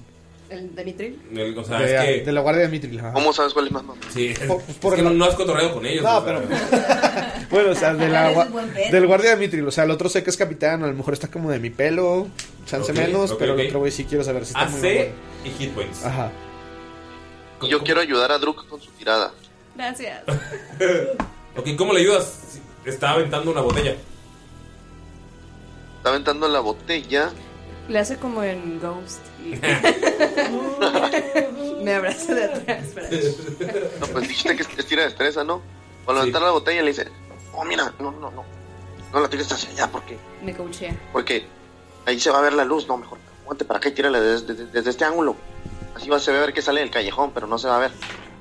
Speaker 4: ¿El de Mitril?
Speaker 1: El- o sea,
Speaker 2: de,
Speaker 1: es que.
Speaker 2: de la guardia de Mitril. ajá.
Speaker 7: ¿Cómo sabes cuál es más mamón?
Speaker 1: Sí, (laughs) es,
Speaker 2: Por-
Speaker 1: es
Speaker 2: por
Speaker 1: que
Speaker 2: la-
Speaker 1: no, no has cotorreado con ellos.
Speaker 2: No,
Speaker 1: o sea,
Speaker 2: Bueno, o sea, de la
Speaker 1: Eres
Speaker 2: gua-
Speaker 1: un buen pedo.
Speaker 2: del guardia de Mitril. O sea, el otro sé que es capitán, a lo mejor está como de mi pelo, chance
Speaker 1: Ok,
Speaker 2: menos,
Speaker 1: ok,
Speaker 2: pero
Speaker 1: ok. ¿Ah,
Speaker 2: el otro güey sí quiero saber si está muy
Speaker 1: AC y hit points.
Speaker 2: Ajá.
Speaker 7: Y yo quiero ayudar a Druk con su tirada.
Speaker 4: Gracias.
Speaker 1: ok, ¿cómo le ayudas? Está aventando una botella.
Speaker 7: Está aventando la
Speaker 1: (laughs)
Speaker 7: botella.
Speaker 4: Le hace como en Ghost. (laughs) Me abraza de atrás.
Speaker 7: No, pues dijiste que es tira destreza, ¿no? Cuando levantar la botella le dice, oh, mira, no, no, no. No la tires hacia allá porque,
Speaker 4: Me coachea.
Speaker 7: porque ahí se va a ver la luz, no, mejor. Aguante para acá y tírala desde, desde- desde este ángulo. Así va, se va a ver que sale del callejón, pero no se va a ver.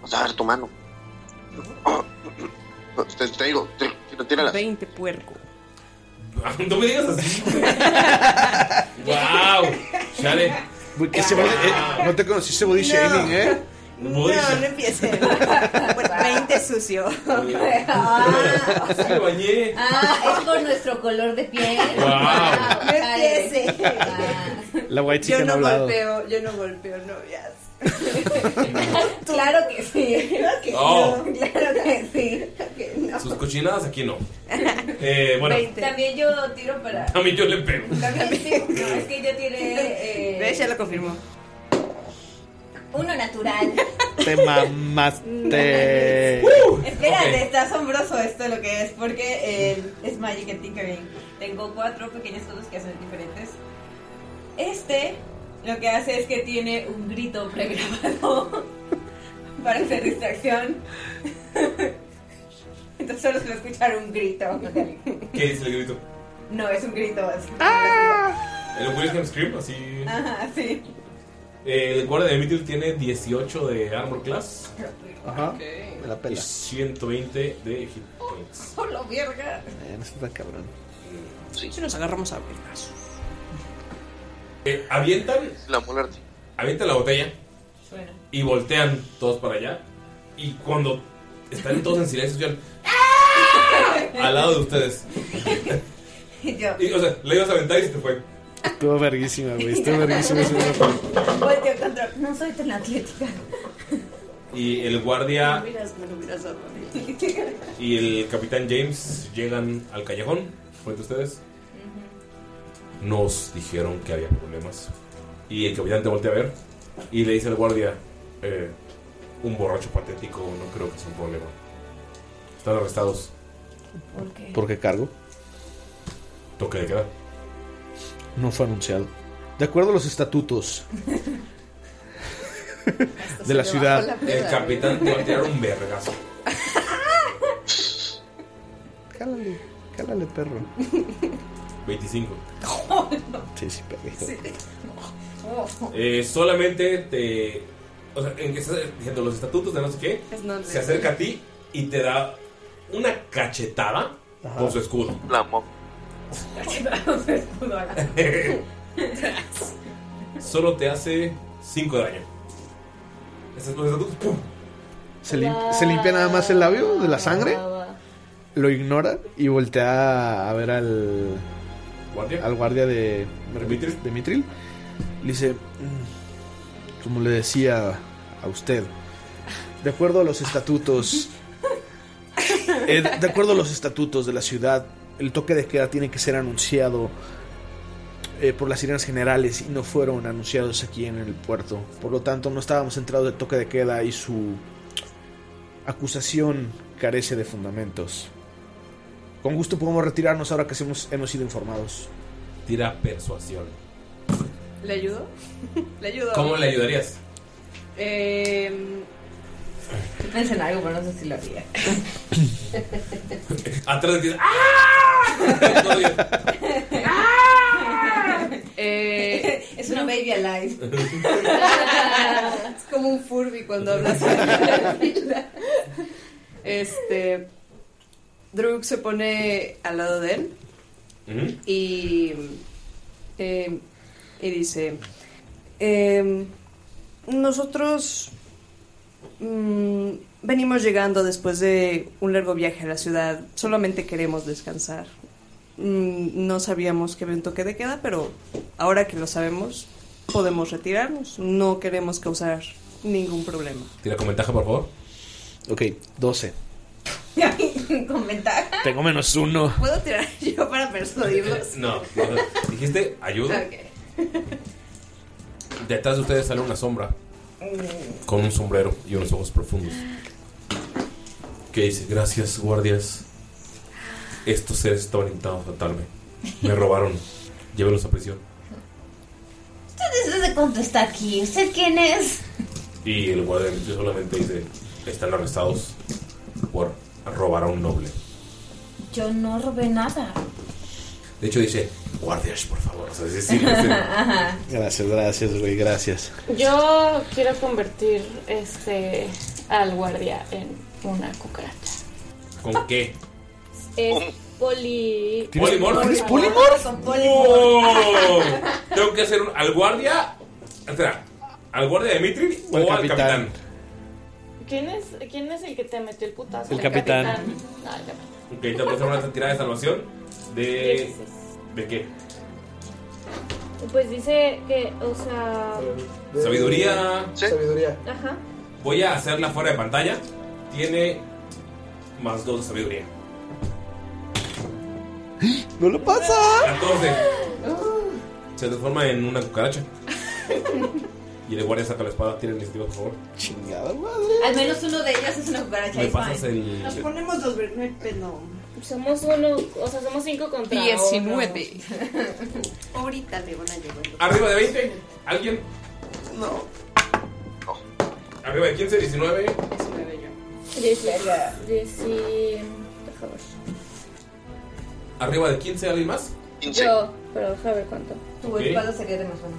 Speaker 7: No se va a ver tu mano. (coughs) Te, te digo, tí- tí- tírala.
Speaker 4: 20 puerco.
Speaker 1: (laughs) No me digas así. (laughs) ¡Wow! Chale.
Speaker 2: Güey, que ese body- eh, no te conocí ese body shaming, ¿eh?
Speaker 4: No, no
Speaker 1: (laughs)
Speaker 4: empiece. Por 20 sucio.
Speaker 1: Ah, sí me bañé.
Speaker 10: Ah, es por nuestro color de piel.
Speaker 1: (laughs) Wow.
Speaker 4: No empiece.
Speaker 2: La white
Speaker 4: Yo
Speaker 2: chica no ha
Speaker 4: no
Speaker 2: hablado.
Speaker 4: golpeo, yo no golpeo novias. (laughs) claro que sí. Claro que
Speaker 1: Oh.
Speaker 4: no. (laughs) Claro que sí. Claro que no.
Speaker 1: Sus cochinadas
Speaker 4: (laughs)
Speaker 1: aquí no. Eh, bueno,
Speaker 6: También yo tiro para.
Speaker 1: (laughs) a mí yo le pego.
Speaker 6: También sí, no, es que yo tiré. eh,
Speaker 4: Ve, ya lo confirmó.
Speaker 10: Uno natural.
Speaker 2: Te
Speaker 6: (laughs)
Speaker 2: mamaste. Uh,
Speaker 6: Espérate,
Speaker 2: ok.
Speaker 6: está asombroso esto de lo que es, porque eh, es Magic and Tinkering. Tengo cuatro pequeñas cosas que hacen diferentes. Este lo que hace es que tiene un grito pregrabado (laughs) para hacer distracción. (laughs) Entonces solo se va a escuchar un grito. (laughs)
Speaker 1: ¿Qué dice el grito?
Speaker 6: No, es un grito. es-
Speaker 1: ¿El Wilhelm Scream? Así.
Speaker 6: Ajá, sí.
Speaker 1: Eh, el guardia de Mithril tiene 18 de Armor Class.
Speaker 2: Ajá. Me la
Speaker 1: Y
Speaker 2: pela.
Speaker 1: 120 de Hit Points.
Speaker 6: Solo verga.
Speaker 2: Eh, no seas tan cabrón.
Speaker 4: Si nos agarramos a vergas.
Speaker 1: Eh, avientan.
Speaker 7: La
Speaker 1: Avientan la botella. Y voltean todos para allá. Y cuando están todos en silencio, escuchan, ¡Ah! al lado de ustedes.
Speaker 6: Yo.
Speaker 1: Y, o sea, le ibas a aventar y se te fue.
Speaker 2: Estuvo verguísima, güey.
Speaker 6: (laughs)
Speaker 2: Estuvo verguísima. ese momento.
Speaker 6: Volteo contra. No soy tan atlética.
Speaker 1: Y el guardia
Speaker 6: miras, me lo miras a
Speaker 1: y el capitán James llegan al callejón frente a ustedes. nos dijeron que había problemas. Y el capitán te voltea a ver y le dice al guardia, "Eh, un borracho patético no creo que sea un problema. Están arrestados.
Speaker 6: ¿Por qué?
Speaker 2: ¿Por qué cargo?
Speaker 1: Toque de queda.
Speaker 2: No fue anunciado. De acuerdo a los estatutos de la ciudad.
Speaker 1: el capitán te va a tirar
Speaker 2: (laughs)
Speaker 1: un vergazo.
Speaker 2: Cálale, cálale,
Speaker 1: (laughs)
Speaker 2: perro.
Speaker 1: 25.
Speaker 2: Sí, sí, perro.
Speaker 1: Eh, solamente te. O sea, en que estás diciendo los estatutos de no sé qué,
Speaker 4: Es not
Speaker 1: se acerca a ti y te da una cachetada con su escudo. (laughs) Solo te hace 5 de daño. Esas los estatutos, ¡pum!
Speaker 2: Se, lim- se limpia nada más el labio de la sangre, lo ignora y voltea a ver al
Speaker 1: ¿Guardia?
Speaker 2: al guardia de de Mitril. Le dice, "Mm, como le decía a usted, de acuerdo a los estatutos, eh, de- de acuerdo a los estatutos de la ciudad, el toque de queda tiene que ser anunciado eh, por las sirenas generales y no fueron anunciados aquí en el puerto. Por lo tanto, no estábamos entrados del toque de queda y su acusación carece de fundamentos. Con gusto podemos retirarnos ahora que hemos, hemos sido informados.
Speaker 1: Tira persuasión.
Speaker 4: ¿Le (laughs) ayudo? ¿Le ayudo?
Speaker 1: ¿Cómo le ayudarías?
Speaker 4: Eh,
Speaker 6: Em, Yo pensé en algo, pero no sé si lo haría.
Speaker 1: Atrás de ti. ¡ah!
Speaker 4: eh,
Speaker 11: Es una baby alive.
Speaker 4: es como un Furby
Speaker 6: (laughs)
Speaker 4: cuando hablas. este. Druk se pone al lado de él y. eh, y dice. eh, nosotros. mm, venimos llegando después de un largo viaje a la ciudad. Solamente queremos descansar. Mm, no sabíamos que había un toque de queda, pero ahora que lo sabemos, podemos retirarnos. No queremos causar ningún problema.
Speaker 1: (laughs) Tira con ventaja, por favor.
Speaker 2: Ok, 12.
Speaker 4: Con ventaja.
Speaker 2: Tengo menos uno.
Speaker 4: ¿Puedo tirar (laughs) yo para persuadirlos?
Speaker 1: No, (laughs) no, dijiste ayuda.
Speaker 4: Ok.
Speaker 1: (laughs) Detrás de ustedes sale una sombra con un sombrero y unos ojos profundos. Que dice, gracias guardias. Estos seres estaban intentando matarme. Me robaron. (laughs) Llévenlos a prisión.
Speaker 11: ¿Usted desde cuánto está aquí? ¿Usted quién es?
Speaker 1: Y el guardia solamente dice, están arrestados por robar a un noble.
Speaker 11: Yo no robé nada.
Speaker 1: De hecho dice, guardias, por favor. O sea, sí, sí,
Speaker 6: (laughs)
Speaker 8: Ajá.
Speaker 2: Gracias, gracias, güey, gracias.
Speaker 8: Yo quiero convertir este al guardia en una cucaracha.
Speaker 1: ¿Con qué?
Speaker 8: Es poli.
Speaker 1: ¿Tienes- ¿Polimorfo? ¿Eres polimorfo? ¡Wow! ¡Oh! Tengo que hacer un- al guardia. Espera, al guardia de Mitri o,
Speaker 2: al
Speaker 1: al capitán.
Speaker 8: ¿Quién es, ¿Quién es el que te metió el putazo?
Speaker 1: El capitán.
Speaker 8: No, el capitán.
Speaker 1: Ok, te voy a hacer una tirada de salvación. ¿De. ¿De qué?
Speaker 8: Pues dice que, o sea.
Speaker 1: Sabiduría.
Speaker 5: Sabiduría.
Speaker 8: Ajá.
Speaker 1: Voy a hacerla fuera de pantalla. Tiene más dos de sabiduría.
Speaker 2: ¡No lo pasa!
Speaker 1: 14. Se transforma en una cucaracha. (laughs) Y el guardia saca la espada. Tiene iniciativa, por favor.
Speaker 2: Chingada,
Speaker 11: Al menos uno de ellas es una cucaracha.
Speaker 1: ¿Me
Speaker 11: it's
Speaker 1: pasas
Speaker 11: fine.
Speaker 1: el- Nos
Speaker 11: ponemos dos verdes, no.
Speaker 8: Somos uno, o sea, somos cinco contra
Speaker 4: 19.
Speaker 8: uno.
Speaker 4: (laughs) Ahorita le van a llevar.
Speaker 1: Arriba de 20, ¿alguien? No. Arriba de 15, 19.
Speaker 4: 19 yo.
Speaker 8: Dieci- dieci- por favor.
Speaker 1: Arriba de 15, ¿alguien más?
Speaker 8: Yo, pero déjame ver cuánto.
Speaker 11: Tu
Speaker 1: Ok.
Speaker 11: espada sería de más bueno.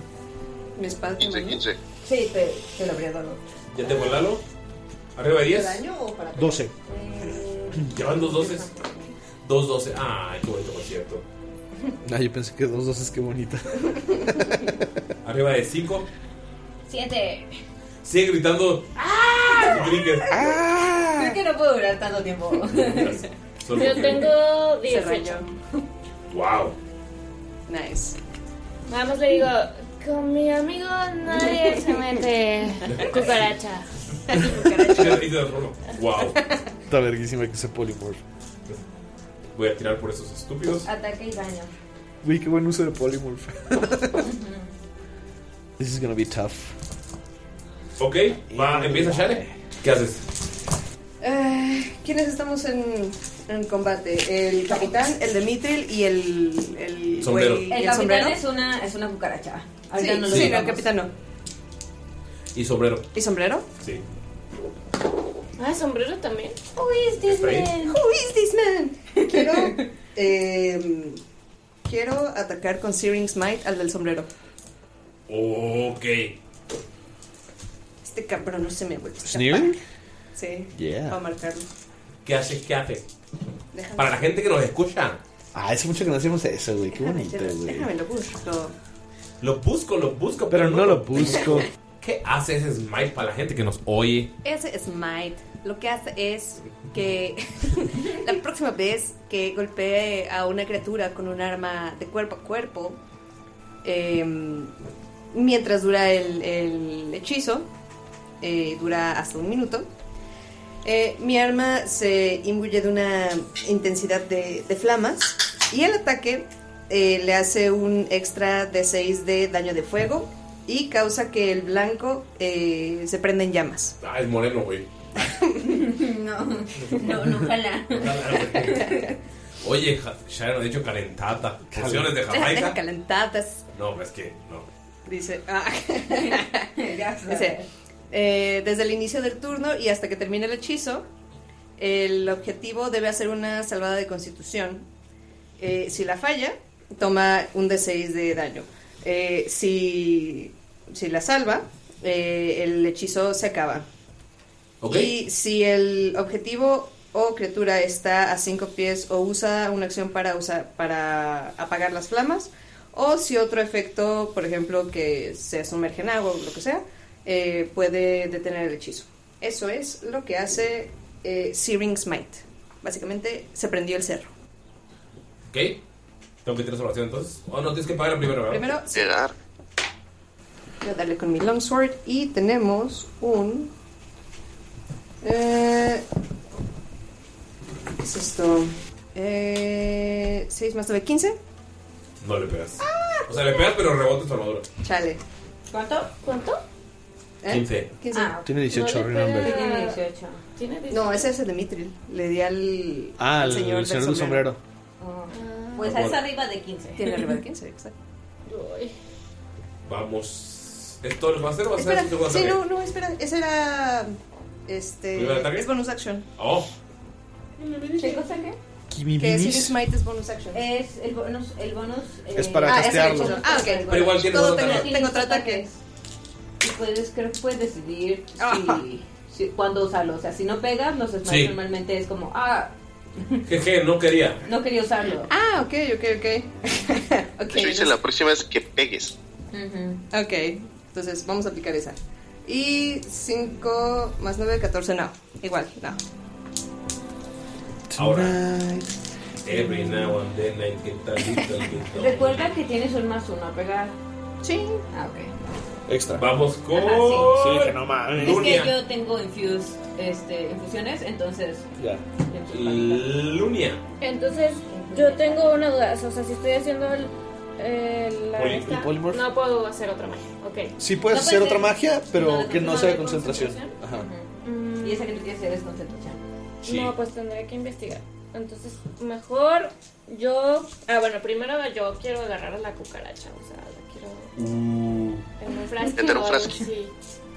Speaker 4: ¿Mi espada?
Speaker 1: 15, 15.
Speaker 11: Sí, te, te lo habría dado.
Speaker 1: Ya tengo el Lalo. Arriba de 10.
Speaker 11: daño o para
Speaker 2: 12.
Speaker 1: Llevan dos 12. Dos 12. Ay, qué bonito concierto.
Speaker 2: Ah, yo pensé que dos dos es que bonita.
Speaker 1: Arriba de 5.
Speaker 11: Siete.
Speaker 1: Sigue gritando.
Speaker 4: Ah.
Speaker 1: Brinques.
Speaker 11: Creo que no puedo durar tanto
Speaker 4: (laughs)
Speaker 11: tiempo.
Speaker 1: Solo
Speaker 8: Yo
Speaker 1: porque-
Speaker 8: tengo
Speaker 4: Se
Speaker 8: 18.
Speaker 1: Wow.
Speaker 4: Nice.
Speaker 8: Nada más le digo, con mi amigo nadie se mete
Speaker 2: (laughs)
Speaker 8: cucaracha.
Speaker 1: Y te transformo. Wow.
Speaker 2: (laughs) Está verguísima que se polimorfo.
Speaker 1: Voy a tirar por esos estúpidos.
Speaker 11: Ataque y daño.
Speaker 2: Güey, qué buen uso de polymorph. This is gonna be tough.
Speaker 1: Ok, va, empieza Share. ¿Qué haces?
Speaker 4: Eh, ¿Quiénes estamos en, en combate? El capitán, el de Mithril y el. El,
Speaker 1: Sombrero.
Speaker 4: güey-
Speaker 1: El
Speaker 4: y
Speaker 6: El capitán
Speaker 4: sombrero.
Speaker 6: es una, es una cucaracha.
Speaker 4: Sí,
Speaker 6: Ahorita no lo
Speaker 4: sí, no, el
Speaker 6: digamos.
Speaker 4: capitán no.
Speaker 1: Y sombrero.
Speaker 4: ¿Y sombrero?
Speaker 1: Sí.
Speaker 3: Ah, sombrero también.
Speaker 4: Who is this
Speaker 1: Está ahí.
Speaker 4: man? Who is this man? Quiero. (laughs) eh, quiero atacar con Searing Smite al del sombrero.
Speaker 1: Ok.
Speaker 4: Este cabrón no se me vuelve. a escapar.
Speaker 1: ¿Sneering?
Speaker 4: Sí.
Speaker 1: Yeah.
Speaker 4: Voy a marcarlo.
Speaker 1: ¿Qué haces? ¿Qué haces?
Speaker 4: Déjame-
Speaker 1: Para la gente que nos escucha,
Speaker 2: Ah, hace mucho que no hacemos eso, güey. Qué
Speaker 4: Déjame,
Speaker 2: bonito,
Speaker 4: yo-
Speaker 2: güey.
Speaker 4: déjame lo busco.
Speaker 1: lo busco, lo busco. Pero, no,
Speaker 4: (laughs)
Speaker 1: lo busco. ¿Qué (laughs) hace ese smile para la gente que nos oye?
Speaker 4: Ese Smite lo que hace es que (laughs) la próxima vez que golpee a una criatura con un arma de cuerpo a cuerpo, eh, mientras dura el, el hechizo, eh, dura hasta un minuto, eh, mi arma se imbuye de una intensidad de, de flamas y el ataque eh, le hace un extra de 6 de daño de fuego y causa que el blanco eh, se prenda en llamas.
Speaker 1: Ah, es moreno,
Speaker 4: (laughs)
Speaker 1: güey.
Speaker 6: No, no, no, ojalá.
Speaker 4: (laughs)
Speaker 1: Oye, ja- Sharon ha dicho calentata. Porciones de
Speaker 4: Las
Speaker 1: jamaica.
Speaker 4: calentadas,
Speaker 1: No, es que no.
Speaker 4: dice.
Speaker 6: (laughs)
Speaker 4: Ah. (laughs) Dice, eh, desde el inicio del turno y hasta que termine el hechizo, el objetivo debe hacer una salvada de constitución. Eh, si la falla, toma un D6 de daño. Eh, si, si la salva, eh, el hechizo se acaba.
Speaker 1: Ok.
Speaker 4: Y si el objetivo o criatura está a cinco pies o usa una acción para, usar, para apagar las flamas, o si otro efecto, por ejemplo, que se sumerge en agua o lo que sea, eh, puede detener el hechizo. Eso es lo que hace eh, Searing Smite. Básicamente se prendió el cerro.
Speaker 1: ¿Ok? ¿Tengo que tirar salvación entonces? Oh, no, tienes que pagar primero, ¿verdad?
Speaker 4: Primero,
Speaker 7: Llegar.
Speaker 4: Voy a darle con mi longsword y tenemos un... eh, ¿Qué es esto? Eh, 6 más 9, 15.
Speaker 1: No le pegas. o sea, le pegas, pero rebota en tu armadura.
Speaker 4: Chale. ¿Eh? ¿Cuánto? ¿Cuánto?
Speaker 1: 15.
Speaker 4: 15.
Speaker 2: Tiene 18,
Speaker 4: no le
Speaker 2: remember.
Speaker 4: pega.
Speaker 6: Tiene 18.
Speaker 4: No, ese es el de Mithril. Le di al,
Speaker 2: Ah,
Speaker 4: al
Speaker 2: el señor,
Speaker 4: del
Speaker 2: del sombrero.
Speaker 6: (laughs) Pues
Speaker 1: Por
Speaker 6: es
Speaker 1: favor.
Speaker 6: arriba de 15.
Speaker 4: Tiene arriba
Speaker 6: (laughs)
Speaker 4: de 15, exacto.
Speaker 1: Vamos. ¿Esto lo vas a hacer o vas a
Speaker 4: Espera,
Speaker 1: hacer un segundo
Speaker 4: sí,
Speaker 1: ataque?
Speaker 4: no, no, espera. Ese era... Este...
Speaker 1: ¿Primer ataque?
Speaker 4: Es bonus action.
Speaker 1: Oh,
Speaker 6: ¿Qué cosa qué?
Speaker 4: Que Searing Smite es bonus action.
Speaker 6: Es el bonus. El bonus eh,
Speaker 2: Es para
Speaker 4: ah, es el
Speaker 2: castearlo.
Speaker 4: hechizo. Ah, ok.
Speaker 1: Pero igual tienes
Speaker 4: Todo
Speaker 1: otro
Speaker 4: tengo,
Speaker 1: ataque.
Speaker 4: tengo otro ataque.
Speaker 6: Y puedes, creo que puedes decidir
Speaker 4: Ah.
Speaker 6: si, si- cuándo usarlo. O sea, si no pegas, los smiles
Speaker 1: Sí.
Speaker 6: normalmente es como, ah,
Speaker 1: jeje, no quería.
Speaker 6: no quería usarlo.
Speaker 4: Ah, ok, ok, ok.
Speaker 7: De hecho, dice la próxima es que pegues.
Speaker 4: Ok, entonces vamos a aplicar esa. Y 5 más 9, 14, no. Igual, no.
Speaker 1: Ahora. Every now and then I get a little bit of-
Speaker 6: Recuerda que tienes un más uno a pegar.
Speaker 4: Sí.
Speaker 6: Ah, ok.
Speaker 2: Extra.
Speaker 1: Vamos con.
Speaker 6: Ajá, sí.
Speaker 2: Sí, que no mames.
Speaker 6: Es que
Speaker 1: Lunia.
Speaker 6: yo tengo infused, este, infusiones, entonces.
Speaker 2: Ya.
Speaker 1: Lunia.
Speaker 3: Entonces, yo tengo una duda. O sea, si estoy haciendo el. el- la
Speaker 2: Poli-
Speaker 3: esta,
Speaker 2: el polymorph.
Speaker 3: no puedo hacer otra magia. Ok.
Speaker 2: Sí puedes hacer otra magia, pero que no sea de concentración. Ajá.
Speaker 6: Y esa que tú quieres hacer es concentración.
Speaker 2: Sí.
Speaker 3: No, pues tendré que investigar. Entonces, mejor yo. Ah, bueno, primero yo quiero agarrar a la cucaracha. O sea, la quiero. En un frasco.
Speaker 6: Meter un
Speaker 3: o algo
Speaker 6: frasqui.
Speaker 3: así.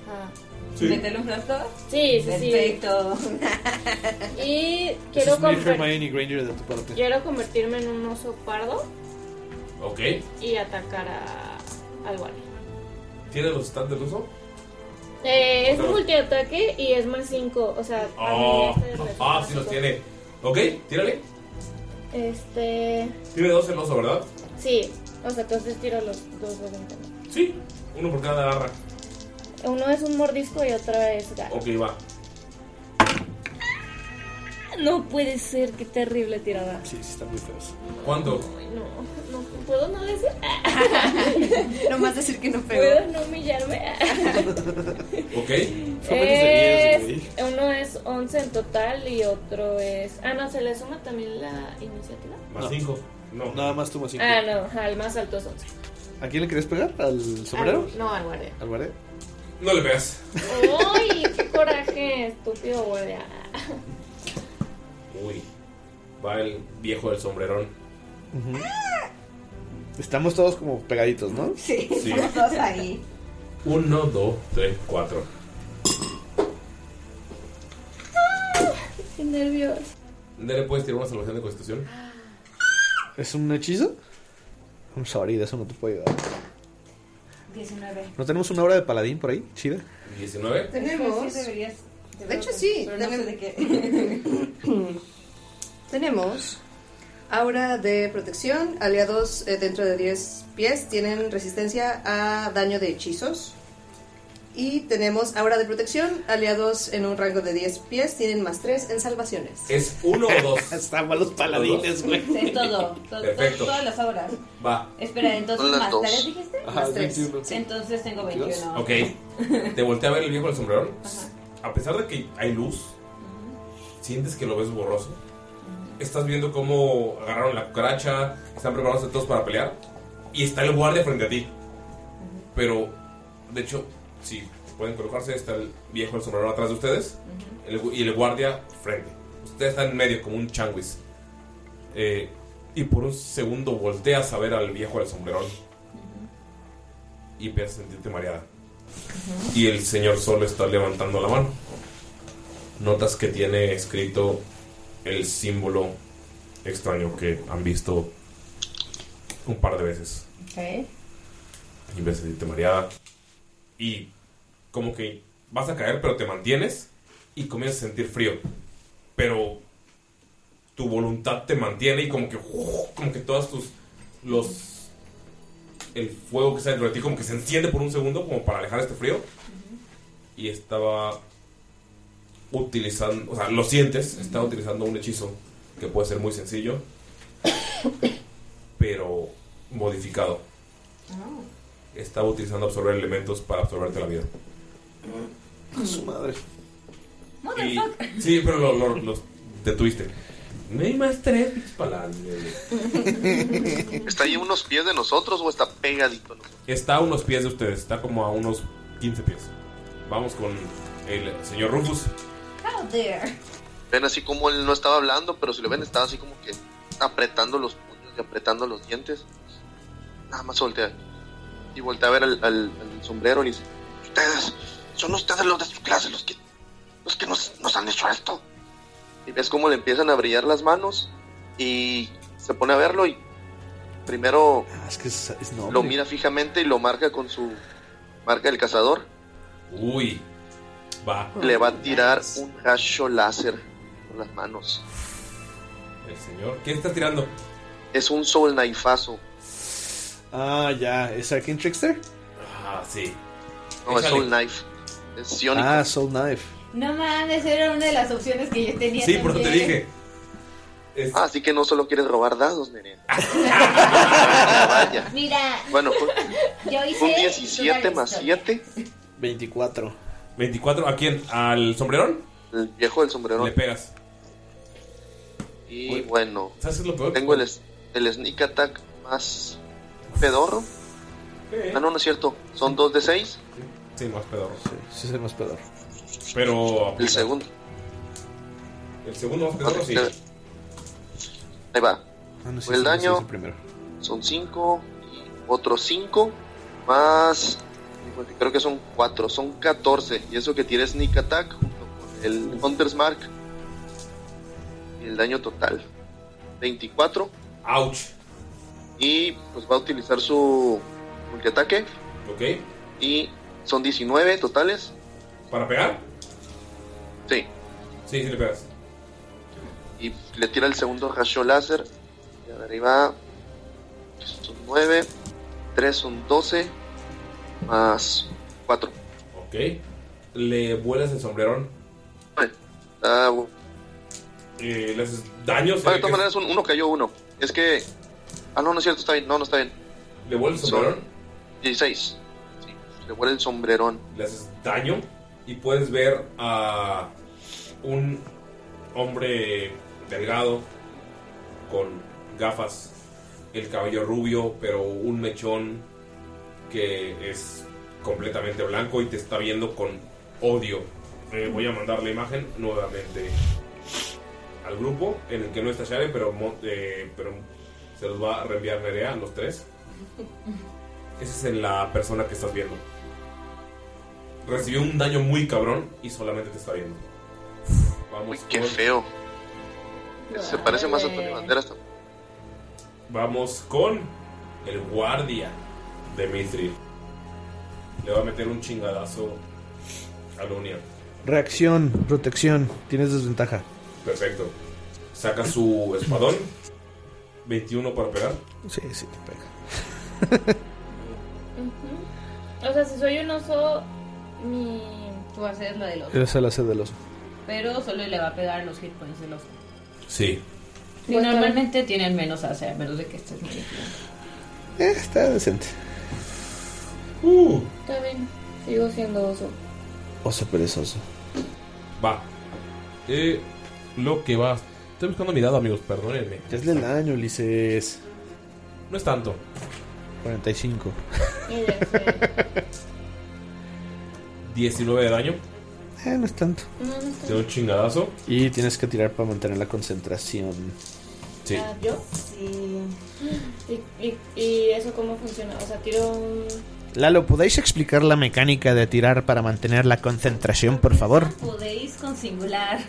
Speaker 3: Ajá.
Speaker 6: Sí. ¿Meterle un frasco?
Speaker 3: Sí, sí,
Speaker 6: Perfecto.
Speaker 3: sí. Perfecto. (laughs) Y
Speaker 2: Eso
Speaker 3: quiero,
Speaker 2: es muy
Speaker 3: conver-
Speaker 2: Hermione Granger de tu parte.
Speaker 3: quiero convertirme en un oso pardo
Speaker 1: Ok.
Speaker 3: y atacar a... al guardia.
Speaker 1: ¿Tienes los stats del uso?
Speaker 3: Eh, es
Speaker 1: Claro.
Speaker 3: multiataque y es más 5. O sea, a
Speaker 1: Oh,
Speaker 3: mí este es-
Speaker 1: ah, sí los tiene. Ok, tírale.
Speaker 3: este.
Speaker 1: Tiene dos el oso, ¿verdad?
Speaker 3: Sí, o sea, entonces tiro los dos de ventaja.
Speaker 1: Sí. Uno por cada garra.
Speaker 3: Uno es un mordisco y otro es garra.
Speaker 1: Ok, va.
Speaker 3: No puede ser, qué terrible tirada.
Speaker 2: Sí, sí, están muy feos.
Speaker 1: ¿Cuánto?
Speaker 3: Ay, No, no puedo no decir. (laughs)
Speaker 4: Nomás decir que no pegó.
Speaker 3: Puedo no humillarme.
Speaker 1: Ok.
Speaker 3: Es- uno es
Speaker 8: 11 en total y otro es. Ah, no, se le suma también la iniciativa.
Speaker 1: Más 5.
Speaker 2: No. Nada más tú más
Speaker 3: Eh.
Speaker 2: 5.
Speaker 8: Ah, no, ajá, el más alto es 11.
Speaker 2: ¿A quién le quieres pegar? ¿Al sombrero?
Speaker 3: Ah,
Speaker 8: Al- no, al guardia.
Speaker 2: ¿Al guardia?
Speaker 1: No le pegas.
Speaker 8: ¡Uy! ¡Qué coraje, estúpido guardia!
Speaker 1: Uy. Va el viejo del sombrerón.
Speaker 2: Estamos todos como pegaditos, ¿no?
Speaker 12: Sí,
Speaker 1: Sí.
Speaker 12: estamos todos ahí.
Speaker 1: 1, 2, 3, 4.
Speaker 8: ¡Qué nervios!
Speaker 1: Nere, ¿puedes tirar una salvación de constitución?
Speaker 2: ¿Es un hechizo? I'm sorry, de eso no te puedo ayudar.
Speaker 12: 19.
Speaker 2: ¿No tenemos una obra de paladín por ahí? Chida.
Speaker 1: 19.
Speaker 4: Tenemos.
Speaker 12: Sí, deberías.
Speaker 4: De hecho, sí.
Speaker 12: Pero no sé
Speaker 4: tenem-
Speaker 12: de
Speaker 1: (laughs)
Speaker 12: qué.
Speaker 4: (laughs) Tenemos aura de protección. Aliados eh, dentro de 10 pies tienen resistencia a daño de hechizos. Y tenemos aura de protección. Aliados en un rango de 10 pies tienen más 3 en salvaciones.
Speaker 1: ¿Es uno
Speaker 2: (laughs)
Speaker 1: o dos?
Speaker 2: Están malos
Speaker 1: paladines,
Speaker 2: güey.
Speaker 12: Es todo. todo-
Speaker 1: Perfecto.
Speaker 12: Todas las obras.
Speaker 1: Va.
Speaker 12: Espera, entonces
Speaker 1: Son las
Speaker 12: más
Speaker 1: dos.
Speaker 12: tres dijiste?
Speaker 1: Ajá,
Speaker 12: más tres.
Speaker 1: 21. Sí.
Speaker 12: Entonces tengo 21.
Speaker 1: Ok. Te volteé a ver el viejo del sombrerón. A pesar de que hay luz, sientes que lo ves borroso. Estás viendo cómo agarraron la cucaracha, están preparándose todos para pelear. Y está el guardia frente a ti. Pero, de hecho, si pueden colocarse, está el viejo del sombrerón atrás de ustedes. el gu- y el guardia frente. Ustedes están en medio como un changuis. Eh, y por un segundo volteas a ver al viejo del sombrerón. Y empiezas a sentirte mareada. Y el señor solo está levantando la mano. Notas que tiene escrito el símbolo extraño que han visto un par de veces.
Speaker 12: Ok.
Speaker 1: Y empiezas a sentirte mareada. Y como que vas a caer, pero te mantienes. Y comienzas a sentir frío. Pero tu voluntad te mantiene y como que ¡uh! como que todas tus los el fuego que sale dentro de ti como que se enciende por un segundo como para alejar este frío y estaba utilizando o sea lo sientes estaba utilizando un hechizo que puede ser muy sencillo pero modificado estaba utilizando absorber elementos para absorberte la vida
Speaker 2: Su madre.
Speaker 1: Y- sí pero lo, lo- los detuviste no hay más tres pinches paladines.
Speaker 7: ¿Está ahí a unos pies de nosotros o está pegadito?
Speaker 1: Está a unos pies de ustedes, está como a unos 15 pies. Vamos con el señor Rufus.
Speaker 12: How dare.
Speaker 7: Ven así como él no estaba hablando, pero si lo ven estaba así como que apretando los puños y apretando los dientes. Nada más voltea. Y voltea a ver al, al- al sombrero y dice, ustedes, son ustedes los de su clase los que, los que nos, nos han hecho esto. Y ves cómo le empiezan a brillar las manos y se pone a verlo y primero
Speaker 2: Ah, Es que es, es noble.
Speaker 7: lo mira fijamente y lo marca con su marca del cazador.
Speaker 1: Uy, va.
Speaker 7: Le va a tirar un rayo láser con las manos.
Speaker 1: El señor. ¿Qué estás tirando?
Speaker 7: Es un soul naifazo.
Speaker 2: Ah, ya. ¿Es Arcane Trickster?
Speaker 1: Ah, sí.
Speaker 7: No, es Soul Knife. Es Sionic.
Speaker 2: Ah, Soul Knife.
Speaker 12: No mames, era una de las opciones que yo tenía.
Speaker 7: Sí, por eso te
Speaker 12: también.
Speaker 7: dije. Ah, así que no solo quieres robar dados, nene.
Speaker 11: Mira,
Speaker 7: Bueno, fue-
Speaker 11: yo hice.
Speaker 7: fue un 17 más 7.
Speaker 2: 24.
Speaker 1: 24, ¿a quién? ¿Al sombrerón?
Speaker 7: El viejo del sombrerón.
Speaker 1: Le pegas.
Speaker 7: Y bueno.
Speaker 1: ¿Sabes qué es lo peor?
Speaker 7: Tengo el, es- el sneak attack más pedorro.
Speaker 1: Sí.
Speaker 7: Ah, no, no es cierto. Son 2 de 6.
Speaker 1: Sí, más pedorro.
Speaker 2: Sí, es el más pedorro.
Speaker 1: Pero.
Speaker 7: El segundo.
Speaker 1: El segundo más pedorro, sí.
Speaker 7: Ahí va.
Speaker 2: Ah, no, sí,
Speaker 7: Fue el
Speaker 2: sí, sí, sí,
Speaker 7: daño.
Speaker 2: sí, primero.
Speaker 7: Son 5. Otros 5. Más. porque Creo que son 4. Son 14. Y eso que tiene Sneak Attack. Junto con el Hunter's Mark. Y el daño total. 24.
Speaker 1: Ouch.
Speaker 7: Y pues va a utilizar su multiataque.
Speaker 1: Ok.
Speaker 7: Y son 19 totales.
Speaker 1: ¿Para pegar?
Speaker 7: Sí.
Speaker 1: Sí, sí le pegas.
Speaker 7: Y le tira el segundo rayo láser. Y a ver, ahí va. Son 9. 3 son 12. Más 4.
Speaker 1: Ok. Le vuelas el sombrerón.
Speaker 7: Ah, bu-
Speaker 1: Eh, le haces daño. se
Speaker 7: Bueno, de
Speaker 1: ve que
Speaker 7: todas maneras, un- uno cayó uno. Es que. Ah, no, no es cierto, está bien. No, no está bien.
Speaker 1: ¿Le vuela el
Speaker 7: Son
Speaker 1: sombrerón?
Speaker 7: 16. Sí, le vuela el sombrerón.
Speaker 1: Le haces daño. Y puedes ver a un hombre delgado, con gafas, el cabello rubio, pero un mechón que es completamente blanco y te está viendo con odio. Eh, voy a mandar la imagen nuevamente al grupo en el que no está Share, pero, mo- eh, pero se los va a reenviar Nerea a los tres. Esa es la persona que estás viendo. Recibió un daño muy cabrón y solamente te está viendo. Vamos.
Speaker 7: Qué feo. Se parece más a Antonio Banderas también.
Speaker 1: Vamos con el guardia de Mithril. Le va a meter un chingadazo a Lunia.
Speaker 2: Reacción, protección, tienes desventaja.
Speaker 1: Perfecto. Saca su espadón. 21 para pegar.
Speaker 2: Sí, sí, te pega.
Speaker 3: (laughs)
Speaker 1: (laughs)
Speaker 3: Ujú. O sea, si soy un oso, mi.
Speaker 13: Tú haces lo del
Speaker 2: Esa es la sed del oso.
Speaker 13: Pero solo le va a pegar los hit points del oso.
Speaker 1: Sí.
Speaker 13: Y normalmente tienen menos AC, a menos de que estés muy
Speaker 2: Eh, está decente. Uh.
Speaker 3: Está bien, sigo siendo oso.
Speaker 2: Oso perezoso.
Speaker 1: Va. Eh, lo que va. Estoy buscando mi dado, amigos, perdónenme.
Speaker 2: Es del daño, Ulises.
Speaker 1: No es tanto.
Speaker 2: 45.
Speaker 1: 19 de daño.
Speaker 2: Eh, no es tanto.
Speaker 1: Te doy un chingadazo.
Speaker 2: Y tienes que tirar para mantener la concentración.
Speaker 1: Sí.
Speaker 3: Ah, ¿Yo? Sí. ¿Y, y, y eso cómo funciona? O sea, tiro un.
Speaker 2: Lalo, ¿podéis explicar la mecánica de tirar para mantener la concentración, por favor?
Speaker 3: Podéis
Speaker 6: (laughs)
Speaker 3: con singular.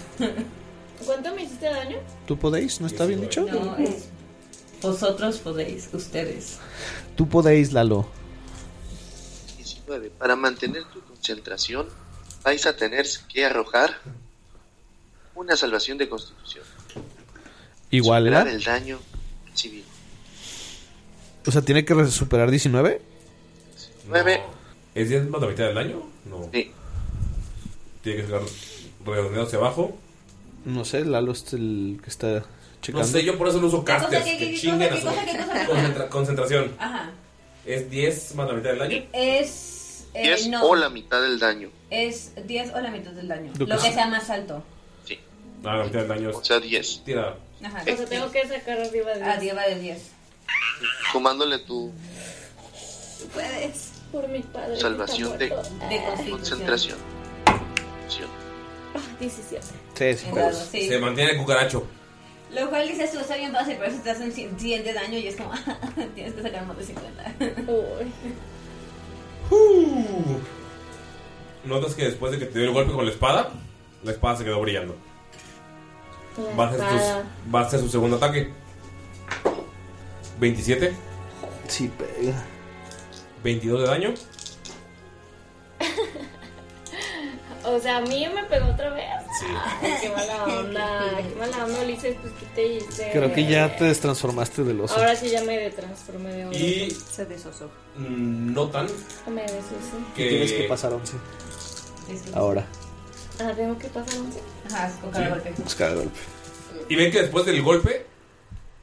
Speaker 3: ¿Cuánto me hiciste daño?
Speaker 2: ¿Tú podéis? ¿No está bien dicho?
Speaker 13: No, es- Vosotros podéis, ustedes.
Speaker 2: Tú podéis, Lalo.
Speaker 7: 19. Para mantener tu concentración, vais a tener que arrojar una salvación de constitución.
Speaker 2: Igual,
Speaker 7: Superar
Speaker 2: ¿verdad?
Speaker 7: el daño civil.
Speaker 2: O sea, tiene que re- superar 19.
Speaker 7: 9.
Speaker 1: ¿Es 10 más la mitad del daño? No. Tiene que ser redondeado hacia abajo.
Speaker 2: No sé, Lalo es el que está checando.
Speaker 1: No sé, yo por eso no uso
Speaker 6: ¿Qué cosa,
Speaker 1: casters.
Speaker 6: qué, qué,
Speaker 1: que
Speaker 6: qué
Speaker 1: chinguen
Speaker 6: cosa,
Speaker 1: a su-
Speaker 6: qué cosa, qué cosa?
Speaker 1: Concentra- Concentración.
Speaker 6: Ajá.
Speaker 1: ¿Es 10 más la mitad del daño?
Speaker 6: Es. eh, no.
Speaker 7: mitad del daño.
Speaker 6: Es 10 o la mitad del daño.
Speaker 1: Lo
Speaker 6: Lo
Speaker 1: que
Speaker 6: que,
Speaker 1: sea.
Speaker 6: sea más alto.
Speaker 1: Ah, la mitad del daño. O
Speaker 7: sea, 10.
Speaker 1: Tira.
Speaker 6: Ajá.
Speaker 7: Este.
Speaker 3: O sea, tengo que sacar arriba de 10.
Speaker 6: Arriba de 10.
Speaker 7: Sumándole tu
Speaker 3: Tú puedes. Por mi padre.
Speaker 7: salvación de, concentración.
Speaker 3: Ah, 17.
Speaker 2: Sí,
Speaker 6: sí, Claro, pues. sí.
Speaker 1: Se mantiene el cucaracho.
Speaker 6: Lo cual dices tú está bien fácil, pero eso te hacen 100 100 de daño y es como. (laughs) tienes que sacar más de 50. (laughs)
Speaker 1: Notas que después de que te dio el golpe con la espada, la espada se quedó brillando. Va a hacer, tus- va a hacer su segundo ataque. 27.
Speaker 2: Sí, pega.
Speaker 1: 22 de daño.
Speaker 3: O sea, a mí me pegó otra vez.
Speaker 1: Sí.
Speaker 3: Ay, qué mala onda. Qué mala onda, Ulises. Pues que te hice.
Speaker 2: Creo que ya te destransformaste del oso.
Speaker 3: Ahora sí ya me transformé de oro.
Speaker 1: Y-
Speaker 3: Se desosó.
Speaker 1: Mm, Notan
Speaker 3: Me desosó.
Speaker 1: que.
Speaker 2: Tienes que pasar 11.
Speaker 3: Eso.
Speaker 2: Ahora.
Speaker 3: Ah, tengo que pasar un.
Speaker 6: Ajá, con
Speaker 1: cada Sí.
Speaker 6: golpe.
Speaker 2: Buscar el golpe.
Speaker 1: Y ven que después del golpe,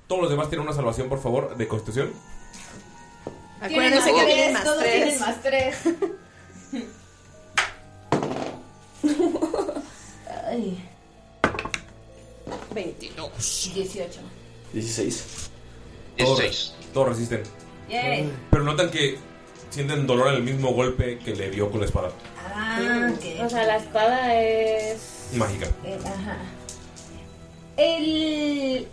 Speaker 1: todos los demás tienen una salvación, por favor, de constitución.
Speaker 8: Acuérdense que tienen más
Speaker 6: Todos
Speaker 8: tres.
Speaker 6: tienen más 3.
Speaker 8: Ay. 22.
Speaker 6: 18.
Speaker 2: 16.
Speaker 1: Todos, todos resisten.
Speaker 6: Yay.
Speaker 1: Pero notan que sienten dolor en el mismo golpe que le dio con la espada.
Speaker 6: Ah,
Speaker 3: O sea, la espada es.
Speaker 1: Mágica.
Speaker 6: Eh, ajá.
Speaker 13: El.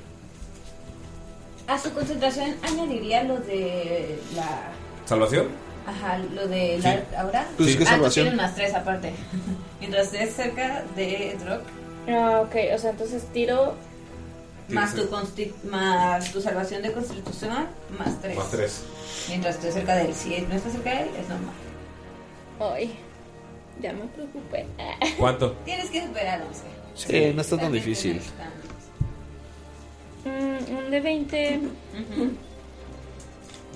Speaker 6: A su concentración añadiría lo de la.
Speaker 1: ¿Salvación?
Speaker 6: Ajá, lo de la.
Speaker 1: Sí.
Speaker 6: ¿Ahora?
Speaker 1: Pues es que es
Speaker 6: ah, tú
Speaker 1: salvación.
Speaker 6: tienes más 3 aparte. (laughs) Mientras estés cerca de Drog,
Speaker 3: Ah, ok. O sea, entonces tiro.
Speaker 6: más, tu consti- más tu salvación de constitución, más 3.
Speaker 1: Más 3.
Speaker 6: Mientras estés cerca de él. Si no estás cerca de él, es normal.
Speaker 3: Ay. Ya me preocupé. (laughs)
Speaker 1: ¿Cuánto?
Speaker 6: Tienes que superar 11.
Speaker 2: Sí, no está tan difícil.
Speaker 3: Mm, un de 20.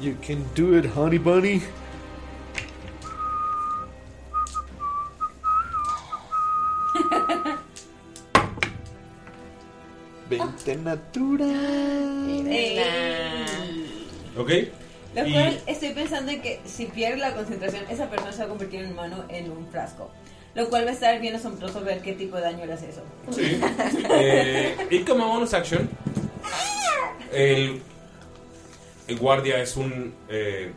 Speaker 2: You can do it, honey bunny. Veinte natural.
Speaker 1: ¿Ok?
Speaker 6: Lo
Speaker 1: Y-
Speaker 6: cual estoy pensando en que si pierde la concentración, esa persona se va a convertir en humano en un frasco. Lo cual va a estar bien asombroso ver qué tipo de daño le hace eso.
Speaker 1: Sí.
Speaker 6: (laughs)
Speaker 1: Eh, y como bonus action, el, el guardia es un, eh,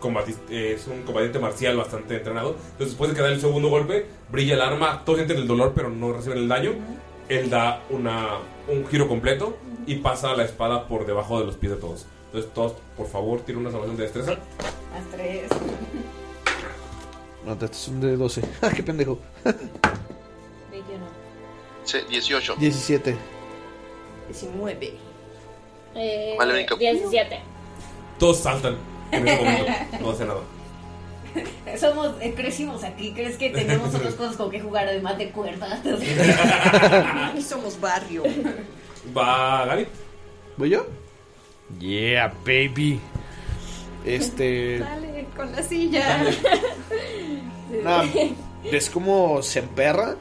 Speaker 1: combati- eh, es un combatiente marcial bastante entrenado. Entonces, después de que da el segundo golpe, brilla el arma. Todos sienten el dolor, pero no reciben el daño. Él da una, un giro completo y pasa la espada por debajo de los pies de todos. Entonces, todos, por favor, tienen una salvación de destreza.
Speaker 6: Más tres.
Speaker 2: No, este es un de 12. Ah, (laughs) qué pendejo. (laughs)
Speaker 6: 21.
Speaker 7: Sí, 18.
Speaker 2: 17.
Speaker 4: 19.
Speaker 3: Eh,
Speaker 7: Vale,
Speaker 6: (laughs)
Speaker 7: brinca.
Speaker 3: 17.
Speaker 1: Todos saltan en ese momento. No hace nada.
Speaker 14: Somos, eh, crecimos aquí, ¿crees que
Speaker 1: (laughs)
Speaker 14: tenemos otras cosas con que jugar además
Speaker 6: (laughs)
Speaker 14: de cuerdas?
Speaker 4: Somos barrio.
Speaker 1: Va Gary.
Speaker 2: ¿Voy yo? Yeah, baby. Este.
Speaker 4: Dale, con la silla.
Speaker 2: Nada,
Speaker 4: (laughs)
Speaker 2: ves cómo se emperra.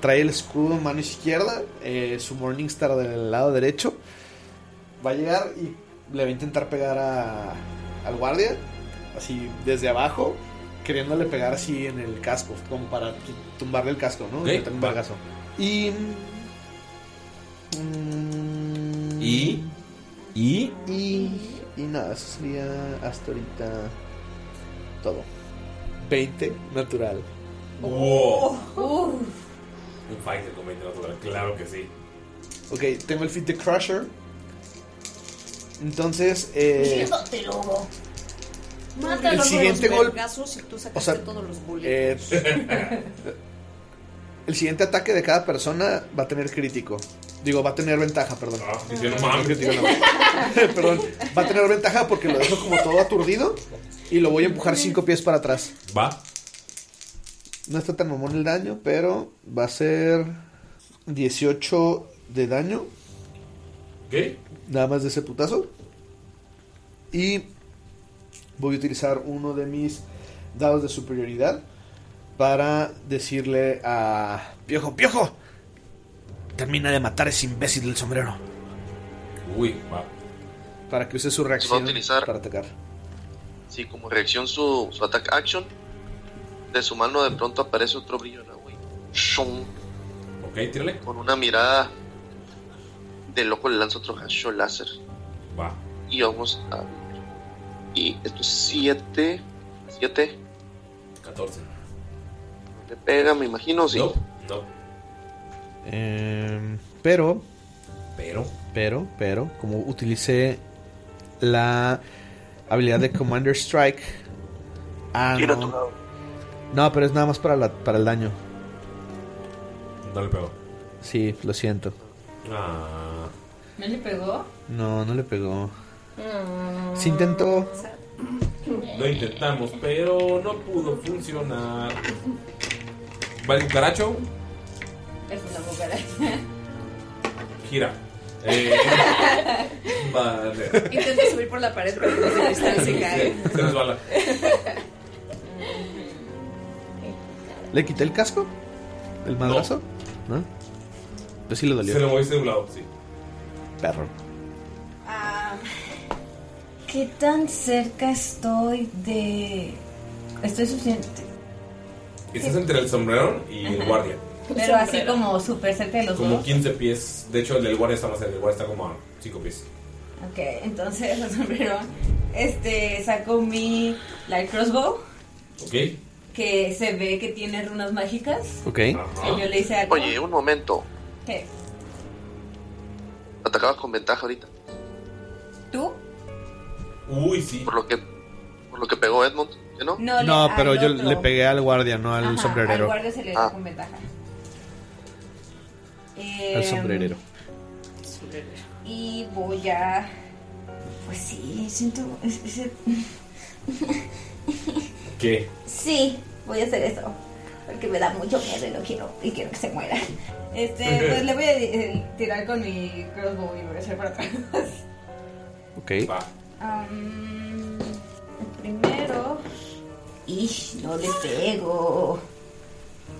Speaker 2: Trae el escudo en mano izquierda. eh, su Morningstar del lado derecho. Va a llegar y le va a intentar pegar a- al guardia. Así desde abajo. Queriéndole pegar así en el casco. Como para qui- tumbarle el casco, ¿no?
Speaker 1: Ok,
Speaker 2: Y le pega un
Speaker 1: va.
Speaker 2: vergazo. Y.
Speaker 1: Y. Y.
Speaker 2: Y. Y nada, eso sería hasta ahorita todo. 20 natural.
Speaker 1: Wow.
Speaker 6: Oh.
Speaker 1: Un fighter con 20 natural, claro que sí.
Speaker 2: Ok, tengo el fit de Crusher. Entonces, eh,
Speaker 14: lobo.
Speaker 4: Mátalo
Speaker 2: El
Speaker 4: con
Speaker 2: siguiente
Speaker 4: los
Speaker 2: gol-
Speaker 4: vergazos y tú sacaste
Speaker 2: o sea,
Speaker 4: todos los
Speaker 2: eh, (laughs)
Speaker 4: boletos.
Speaker 2: el siguiente ataque de cada persona va a tener crítico. Digo, va a tener ventaja, perdón.
Speaker 4: Ah.
Speaker 1: yo Ah, no mames.
Speaker 2: Crítico no. (laughs) perdón, va a tener ventaja porque lo dejo como todo aturdido y lo voy a empujar cinco pies para atrás.
Speaker 1: Va.
Speaker 2: No está tan mamón el daño, pero va a ser 18 de daño.
Speaker 1: ¿Qué?
Speaker 2: Nada más de ese putazo. Y voy a utilizar uno de mis dados de superioridad para decirle a Piojo, Piojo, termina de matar a ese imbécil del sombrero.
Speaker 1: Uy, va.
Speaker 2: Para que use su reacción para atacar.
Speaker 7: Sí, como reacción su, su attack action. De su mano de pronto aparece otro brillo, ¿no, güey? Shun.
Speaker 1: Ok, tírale.
Speaker 7: Con una mirada de loco le lanza otro hacho láser.
Speaker 1: Va.
Speaker 7: Y vamos a. Y esto es 7. 7.
Speaker 1: 14.
Speaker 7: Le pega, me imagino, sí.
Speaker 1: No, no.
Speaker 2: Em, pero,
Speaker 1: Pero.
Speaker 2: pero, pero, como utilicé la habilidad de Commander Strike. Ah,
Speaker 7: Tira tu
Speaker 2: no. No, pero es nada más para, la- para el daño.
Speaker 1: No le pegó.
Speaker 2: Sí, lo siento.
Speaker 1: Ah.
Speaker 14: ¿No le pegó?
Speaker 2: No, no le pegó. Se intentó.
Speaker 1: Lo intentamos, pero no pudo funcionar. Va el cucaracho,
Speaker 6: Es una cucaracha.
Speaker 1: gira. Eh, vale.
Speaker 4: Intenta subir por la pared, pero desde el cristal se cae.
Speaker 1: Se resbala.
Speaker 2: ¿Le quité el casco? ¿El madrazo? ¿No? Pues sí le dolió.
Speaker 1: Se lo moviste de un lado, sí.
Speaker 2: Perro.
Speaker 15: ¿Qué tan cerca estoy de...? Estoy suficiente...
Speaker 1: Estás entre el sombrero y el guardia.
Speaker 15: Pero así como súper cerca de los
Speaker 1: Como
Speaker 15: dos.
Speaker 1: 15 pies. De hecho, el del guardia está más cerca. El guardia está como a 5 pies.
Speaker 6: Ok, entonces (laughs) el sombrero. Este, saco mi light crossbow,
Speaker 1: ¿Ok? (laughs)
Speaker 6: que se ve que tiene runas mágicas.
Speaker 2: Ok.
Speaker 1: Ah,
Speaker 6: Que yo le hice algo.
Speaker 7: Oye, un momento.
Speaker 6: ¿Qué?
Speaker 7: Atacabas con ventaja ahorita.
Speaker 6: ¿Tú?
Speaker 1: Uy, sí.
Speaker 7: Por lo que, por lo que pegó Edmond, ¿sí ¿no?
Speaker 6: No,
Speaker 2: No, pero yo
Speaker 6: otro.
Speaker 2: le pegué al guardia, no al
Speaker 6: Ajá, Al
Speaker 2: sombrerero.
Speaker 6: guardia se le dio
Speaker 2: Ah,
Speaker 6: con ventaja.
Speaker 2: al sombrerero.
Speaker 6: em, Y voy a. Pues sí, siento. es- es-
Speaker 1: ¿Qué?
Speaker 6: Sí, voy a hacer eso. Porque me da mucho miedo y lo quiero. Y quiero que se muera. Este, pues le voy a eh, tirar con mi crossbow y me voy a echar para atrás.
Speaker 2: Ok.
Speaker 6: Am, primero. Ish, no le pego.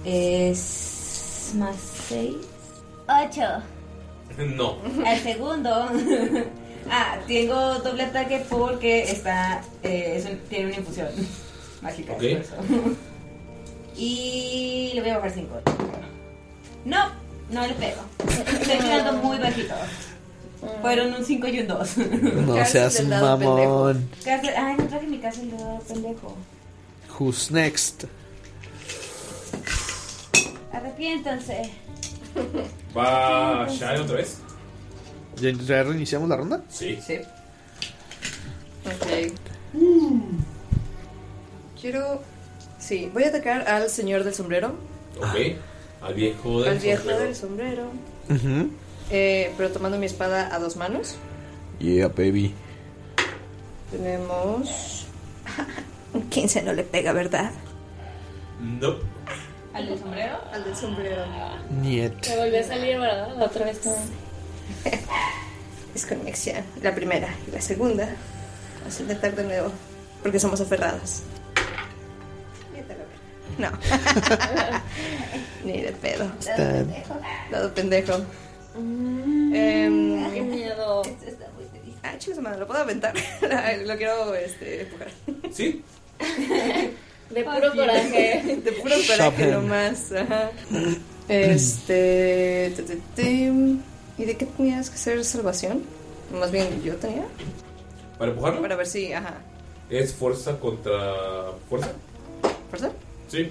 Speaker 14: Es más 6. 8.
Speaker 1: No.
Speaker 6: (laughs) Al segundo. (laughs) ah, tengo doble ataque porque está. eh, es un- tiene una infusión mágica.
Speaker 1: Ok.
Speaker 6: por eso. Y le voy a bajar 5. No, no le pego. Estoy tirando muy bajito. Fueron un 5 y un 2.
Speaker 2: No seas mamón.
Speaker 6: Ay, no traje mi casa el dado pendejo.
Speaker 2: Who's next?
Speaker 6: Arrepiéntanse.
Speaker 1: ¿Va Shai otra vez?
Speaker 2: ¿Ya, ya reiniciamos la ronda?
Speaker 1: Sí.
Speaker 4: Sí. Ok. Quiero. Sí, voy a atacar al señor del sombrero.
Speaker 1: Ok. Al viejo del
Speaker 4: al viejo
Speaker 1: sombrero.
Speaker 4: del sombrero. Eh, pero tomando mi espada a dos manos.
Speaker 2: Yeah, baby.
Speaker 4: Tenemos. (laughs) Un 15 no le pega, ¿verdad?
Speaker 1: Nope.
Speaker 4: ¿Al del sombrero? Al del sombrero.
Speaker 3: Ah.
Speaker 2: Niet.
Speaker 3: Me volvió a salir, ¿verdad? La otra vez no.
Speaker 4: Es conexión. La primera y la segunda. Vamos a intentar de nuevo. Porque somos aferrados. No. (laughs) Ni de pedo.
Speaker 6: Está-
Speaker 4: Lado pendejo.
Speaker 6: Mm. Em, Qué
Speaker 4: miedo. Ah, chicos, madre, lo puedo aventar. (laughs) lo quiero este, empujar.
Speaker 1: ¿Sí?
Speaker 4: De
Speaker 3: puro coraje.
Speaker 4: De puro
Speaker 3: Shove
Speaker 4: coraje
Speaker 3: him.
Speaker 4: nomás. Ajá. Este. tu, tu, tu. ¿Y de qué tenías que hacer salvación? Más bien, yo tenía.
Speaker 1: ¿Para empujarlo?
Speaker 4: Para ver si, ajá.
Speaker 1: Es fuerza contra fuerza.
Speaker 4: ¿Fuerza?
Speaker 1: Sí.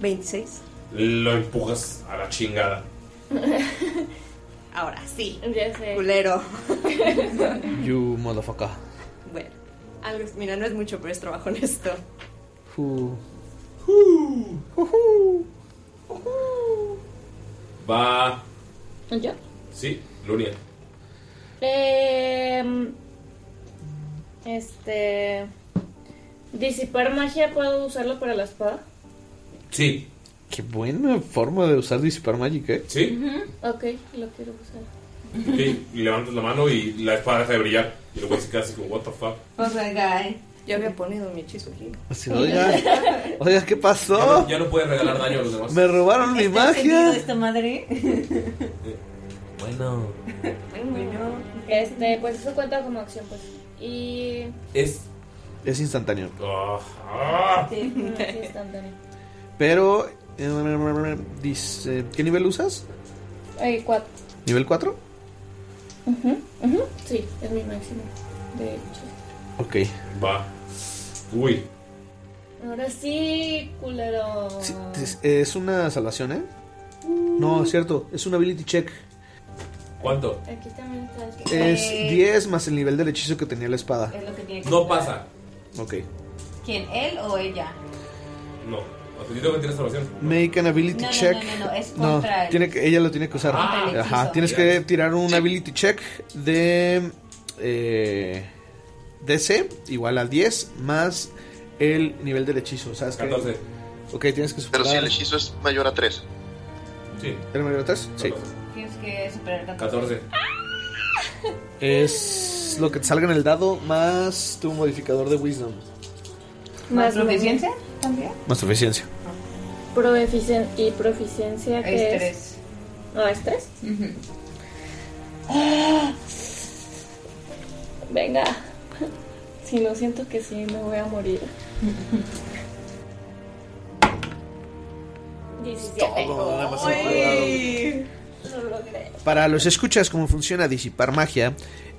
Speaker 4: 26.
Speaker 1: Lo empujas a la chingada.
Speaker 4: (laughs) Ahora sí.
Speaker 3: Ya
Speaker 11: (laughs)
Speaker 3: sé.
Speaker 4: Culero.
Speaker 2: You motherfucker.
Speaker 4: bueno, algo, es- mira, no es mucho, pero es trabajo en esto.
Speaker 2: Who-
Speaker 1: Va.
Speaker 3: ¿Yo?
Speaker 1: Sí, Lunia.
Speaker 3: Em, este. Disipar magia, ¿puedo usarlo para la espada?
Speaker 1: Sí.
Speaker 2: Qué buena forma de usar Dissipar Magic, ¿eh?
Speaker 1: Sí.
Speaker 3: Ok, lo quiero usar.
Speaker 1: Ok, y levantas la mano y la espada deja de brillar. Y luego se queda así como, what the fuck.
Speaker 4: Pues venga, eh. Yo había ponido mi hechizo aquí.
Speaker 2: Así, oiga, oiga, ¿qué pasó?
Speaker 1: Ya no puedes regalar daño a los demás.
Speaker 2: Me robaron mi magia.
Speaker 6: esta madre?
Speaker 1: Bueno.
Speaker 3: Bueno. Este, pues eso cuenta como acción, pues. Y.
Speaker 1: Es. Ah.
Speaker 2: Es instantáneo.
Speaker 11: Ah.
Speaker 3: Sí, bueno, sí, instantáneo.
Speaker 2: Pero, eh, dice, ¿qué nivel usas?
Speaker 3: Ay, cuatro.
Speaker 2: ¿Nivel 4?
Speaker 3: Ujú, ujú, Sí, es mi máximo. De hecho.
Speaker 2: Ok.
Speaker 1: Va. Uy.
Speaker 3: Ahora sí, culero.
Speaker 2: Es, es una salvación, ¿eh? No, es cierto. Es un ability check.
Speaker 1: ¿Cuánto?
Speaker 3: Aquí también está.
Speaker 2: Es 10 más el nivel del hechizo que tenía la espada.
Speaker 6: Es lo que tiene que
Speaker 1: No
Speaker 6: contar.
Speaker 1: pasa.
Speaker 2: Ok.
Speaker 6: ¿Quién? ¿Él o ella?
Speaker 1: No. ¿A ti tengo que tirar salvación?
Speaker 2: Make an ability
Speaker 6: No, no,
Speaker 2: check.
Speaker 6: no, no, no, es contra el-
Speaker 2: tiene que- ella lo tiene que usar.
Speaker 6: Contra el hechizo.
Speaker 2: Ajá, tienes que tirar un ability check de eh, DC igual a 10 más el nivel del hechizo. ¿Sabes qué?
Speaker 7: 14.
Speaker 2: Ok, tienes que superar.
Speaker 7: Pero si el hechizo es mayor a 3.
Speaker 1: Sí.
Speaker 2: ¿El mayor de 3? Sí.
Speaker 6: Tienes que superar
Speaker 1: 14.
Speaker 2: Es lo que te salga en el dado más tu modificador de Wisdom.
Speaker 6: ¿Más proficiencia también?
Speaker 2: Más eficiencia.
Speaker 3: Proficien- y proficiencia que
Speaker 6: Es
Speaker 3: es.
Speaker 6: tres.
Speaker 3: Ah, es tres. Venga. (laughs) Si no siento que sí, me voy a morir. 17.
Speaker 2: Todo, nada más
Speaker 3: Uy.
Speaker 2: encuadrado.
Speaker 3: Lo logré.
Speaker 2: Para los escuchas cómo funciona disipar magia,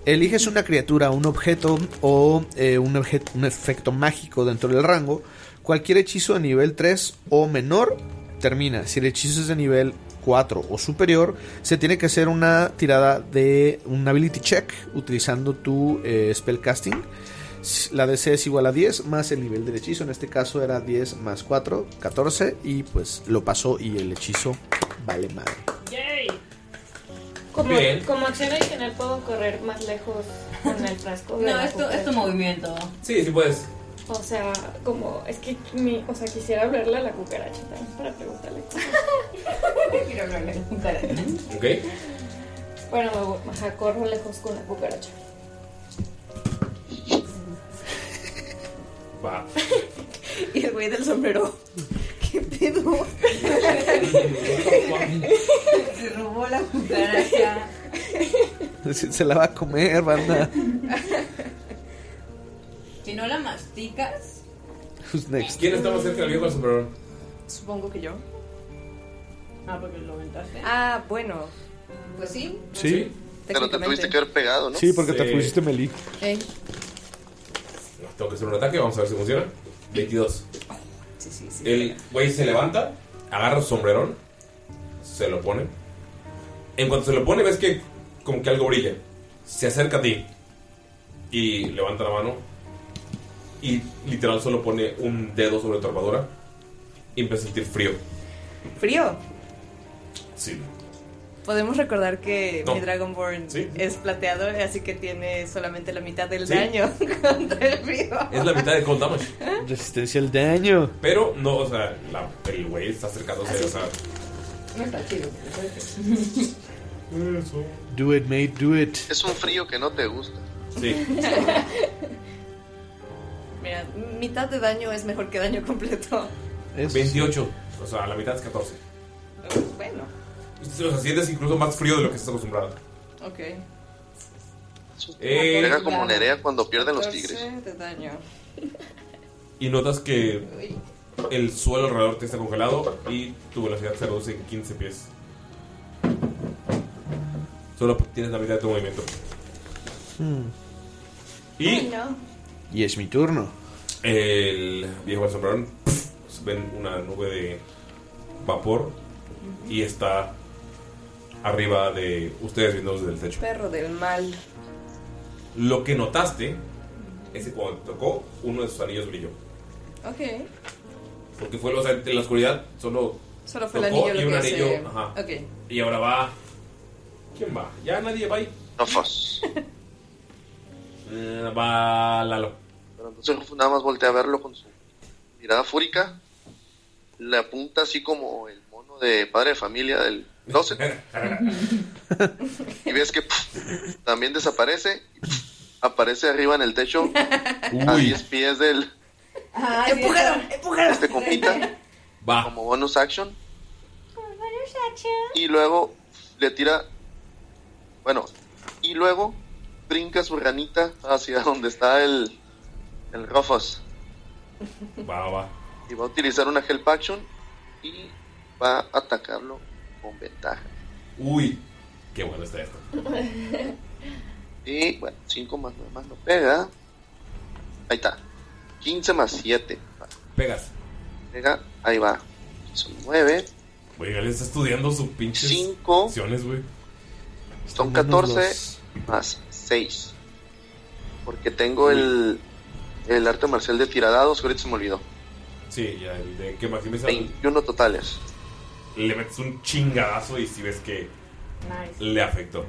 Speaker 2: eliges una criatura, un objeto o eh, un, obje- un efecto mágico dentro del rango. Cualquier hechizo de nivel 3 o menor termina. Si el hechizo es de nivel 4 o superior, se tiene que hacer una tirada de un ability check utilizando tu eh, spellcasting. La DC es igual a 10 más el nivel del hechizo. En este caso era 10 más 4, 14. Y pues lo pasó y el hechizo vale madre.
Speaker 3: Yay. Como,
Speaker 2: Bien.
Speaker 3: como acción adicional puedo correr más lejos con el frasco. de
Speaker 6: No,
Speaker 3: la
Speaker 6: es tu, es tu
Speaker 3: cucaracha.
Speaker 6: movimiento.
Speaker 1: Sí, sí puedes.
Speaker 3: O sea, como, es que mi, o sea, quisiera hablarle a la cucaracha también para preguntarle cosas.
Speaker 6: (laughs) Quiero hablarle a la cucaracha.
Speaker 1: Ok.
Speaker 3: Bueno, me voy, ajá, corro lejos con la cucaracha.
Speaker 1: Va.
Speaker 4: (laughs) Y el güey del sombrero. ¿Qué pedo?
Speaker 6: Se robó la cucaracha.
Speaker 2: (laughs) Se, se la va a comer, banda.
Speaker 6: Si no la masticas,
Speaker 2: Who's next?
Speaker 1: ¿Quién está más cerca del viejo del superhéroe?
Speaker 4: Supongo que yo.
Speaker 11: Ah, porque lo aventaste.
Speaker 4: Ah, bueno. Pues sí.
Speaker 2: Sí.
Speaker 7: Pero te tuviste que haber pegado, ¿no?
Speaker 2: Sí, porque te
Speaker 1: Sí.
Speaker 2: pusiste melee.
Speaker 4: Eh,
Speaker 1: Tengo que hacer un ataque, vamos a ver si funciona. 22.
Speaker 4: sí, sí, sí.
Speaker 1: El güey se levanta, agarra su sombrerón, se lo pone. En cuanto se lo pone, ves que como que algo brilla. Se acerca a ti y levanta la mano y literal solo pone un dedo sobre tu armadura y empieza a sentir frío.
Speaker 4: Frío.
Speaker 1: Sí.
Speaker 4: Podemos recordar que
Speaker 1: No.
Speaker 4: mi Dragonborn es plateado, así que tiene solamente la mitad del
Speaker 1: Sí.
Speaker 4: daño (laughs) contra el frío.
Speaker 1: Es la mitad de cold damage.
Speaker 2: (laughs) Resistencia al daño.
Speaker 1: Pero no, o sea, la- el güey está
Speaker 4: Ah,
Speaker 1: acercándose, o sea,
Speaker 11: No está chido.
Speaker 1: Eso.
Speaker 2: Do it, mate, do it.
Speaker 7: Es un frío que no te gusta.
Speaker 1: Sí.
Speaker 4: (laughs) Mira, mitad de daño es mejor que daño completo.
Speaker 1: 28. O sea, la mitad es 14.
Speaker 4: Bueno,
Speaker 1: O sea, sientes incluso más frío de lo que estás acostumbrado.
Speaker 4: ok.
Speaker 1: Eh,
Speaker 7: Pega como Nerea cuando pierden los
Speaker 4: 14
Speaker 7: tigres.
Speaker 4: de daño.
Speaker 1: Y notas que el suelo alrededor te está congelado y tu velocidad se reduce en 15 pies. Solo tienes la mitad de tu movimiento. Y
Speaker 2: Y es mi turno.
Speaker 1: El viejo del sombrerón pf, ven una nube de vapor y está arriba de ustedes viendo desde el techo.
Speaker 4: Perro del mal.
Speaker 1: Lo que notaste es que cuando te tocó, uno de sus anillos brilló.
Speaker 4: Ok.
Speaker 1: Porque fue, o sea, en la oscuridad solo.
Speaker 4: Solo fue el
Speaker 1: tocó
Speaker 4: anillo lo
Speaker 1: y un
Speaker 4: que
Speaker 1: anillo.
Speaker 4: se-
Speaker 1: Ajá.
Speaker 4: Ok.
Speaker 1: Y ahora va. ¿Quién va? Ya nadie va ahí. Eh, va Lalo.
Speaker 7: Pero entonces nada más voltea a verlo con su mirada fúrica. Le apunta así como el mono de padre de familia del 12.
Speaker 1: (laughs)
Speaker 7: y ves que pf, también desaparece. y, pf, aparece arriba en el techo a 10 pies del
Speaker 11: ¡Empújalo!
Speaker 7: de este compita.
Speaker 1: Va.
Speaker 7: Como bonus action. Y luego le tira. Bueno, y luego brinca su ranita hacia donde está el, el Rufus.
Speaker 1: Va, va.
Speaker 7: Y va a utilizar una help action y va a atacarlo con ventaja.
Speaker 1: Uy, qué bueno está esto.
Speaker 4: (laughs)
Speaker 7: Y bueno, 5 más 9 más no pega. Ahí está. 15 más 7.
Speaker 1: Pegas.
Speaker 7: Pega, ahí va. Son 9.
Speaker 1: Güey, él está estudiando sus pinches opciones, güey.
Speaker 7: Son 14 más 6. Porque tengo el, el arte marcial de tiradados, que ahorita se me olvidó.
Speaker 1: Sí, ya, el de que maximiza.
Speaker 7: 21 totales.
Speaker 1: Le metes un chingadazo y si ves que le afectó.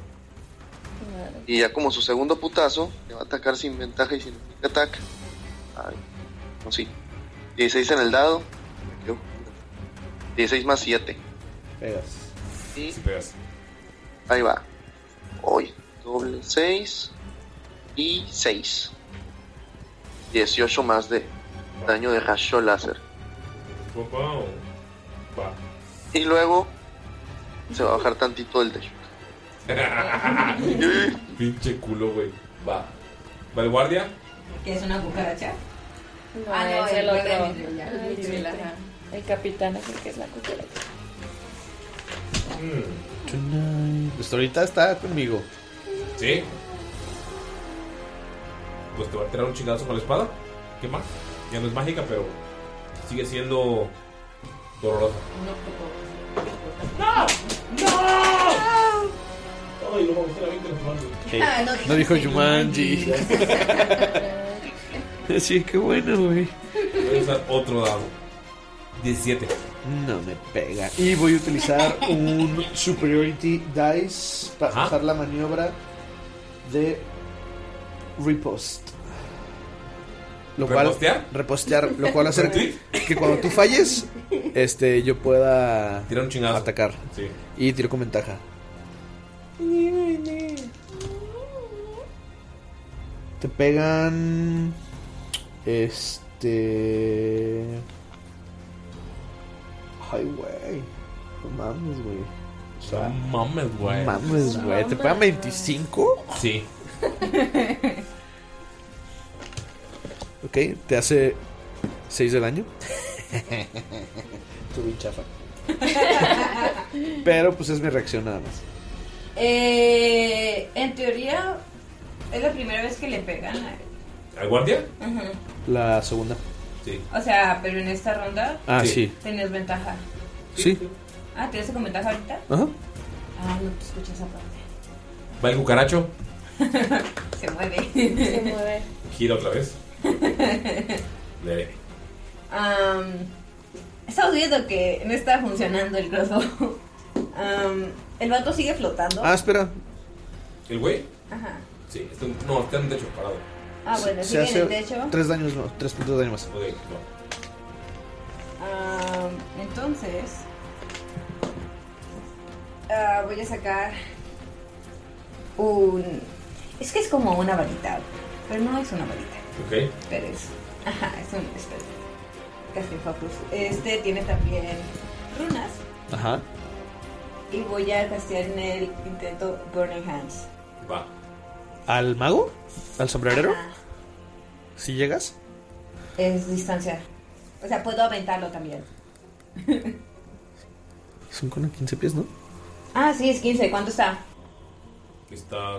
Speaker 7: Y ya como su segundo putazo, le va a atacar sin ventaja y sin ataque. Ay, no, sí. 16 en el dado. Me quedo jodido. 16 más 7.
Speaker 2: Pegas.
Speaker 7: Sí,
Speaker 1: pegas.
Speaker 7: Ahí va. Hoy, doble 6 y 6. 18 más de daño de rayo láser.
Speaker 1: Wow. Va.
Speaker 7: Y luego
Speaker 1: (laughs)
Speaker 7: se va a bajar tantito del techo.
Speaker 1: Pinche culo, güey. Va. ¿Va el guardia?
Speaker 11: ¿Qué es una cucaracha?
Speaker 8: No,
Speaker 11: Ah, no,
Speaker 8: es
Speaker 11: el
Speaker 8: el
Speaker 11: güey
Speaker 8: otro.
Speaker 11: del vidrio, ya, el
Speaker 8: El,
Speaker 11: vidrio,
Speaker 8: chile,
Speaker 11: ajá.
Speaker 6: Ah.
Speaker 8: ajá. El capitán es el que es la cucaracha.
Speaker 2: Tonight. Mm. Pues ahorita está conmigo.
Speaker 1: Sí. Pues te va a tirar un chingazo con la espada. ¿Qué más? Ya no es mágica, pero sigue siendo dolorosa.
Speaker 11: ¡No! ¡No!
Speaker 1: Ay, no vamos a la 20
Speaker 2: Hey,
Speaker 11: Ah, no
Speaker 2: no dijo
Speaker 11: dijiste
Speaker 2: Jumanji. (laughs) Así que bueno, güey.
Speaker 1: Voy a usar otro dado. 17.
Speaker 2: No me pega. Y voy a utilizar un Superiority Dice para
Speaker 1: Ajá.
Speaker 2: usar la maniobra de Repost. Lo cual,
Speaker 1: ¿Repostear?
Speaker 2: Repostear, lo cual hacer que, que cuando tú falles, este, yo pueda
Speaker 1: Tirar un chingazo.
Speaker 2: atacar.
Speaker 1: Sí.
Speaker 2: Y tiro con ventaja. Te pegan. Este. Ay, güey. No mames, güey. O sea,
Speaker 1: No mames,
Speaker 2: no
Speaker 1: güey.
Speaker 2: mames, güey. ¿Te pegan 25? (laughs)
Speaker 1: Sí.
Speaker 2: Ok, te hace 6 de daño. Tuve un chafa. (laughs) Pero pues es mi reacción nada más.
Speaker 6: Eh, en teoría, es la primera vez que le pegan a él.
Speaker 1: ¿Al guardia?
Speaker 6: Ujú.
Speaker 2: La segunda.
Speaker 1: Sí.
Speaker 6: O sea, pero en esta ronda
Speaker 2: Ah, sí.
Speaker 6: tenías ventaja.
Speaker 2: Sí.
Speaker 6: Ah, ¿tienes con ventaja ahorita?
Speaker 2: Ajá.
Speaker 6: Ah, no te escuché esa parte.
Speaker 1: Va el cucaracho,
Speaker 6: (laughs) Se mueve. Se mueve.
Speaker 1: gira otra vez.
Speaker 6: (laughs)
Speaker 1: Le haré.
Speaker 6: Am, estamos viendo que no está funcionando el crossbow. Am, el vato sigue flotando.
Speaker 2: Ah, espera.
Speaker 1: ¿El güey?
Speaker 6: Ajá.
Speaker 1: Sí, está en- no, está en un techo parado.
Speaker 6: Ah, bueno, sigue en el techo.
Speaker 2: 3 daños, no, 3 puntos de daño más.
Speaker 1: Ok, no.
Speaker 6: Am, entonces, ah, voy a sacar un... Es que es como una varita, pero no es una varita.
Speaker 1: Ok.
Speaker 6: Pero es... Ajá, es un... Espera. Casting Focus. Este tiene también runas.
Speaker 2: Ajá.
Speaker 6: Y voy a castear en el intento Burning Hands.
Speaker 1: Va.
Speaker 2: ¿Al mago? ¿Al sombrerero? ¿Si llegas?
Speaker 6: Es distancia. O sea, puedo aumentarlo también.
Speaker 2: Son con 15 pies, ¿no?
Speaker 6: Ah, sí, es 15. ¿Cuánto está?
Speaker 1: Está.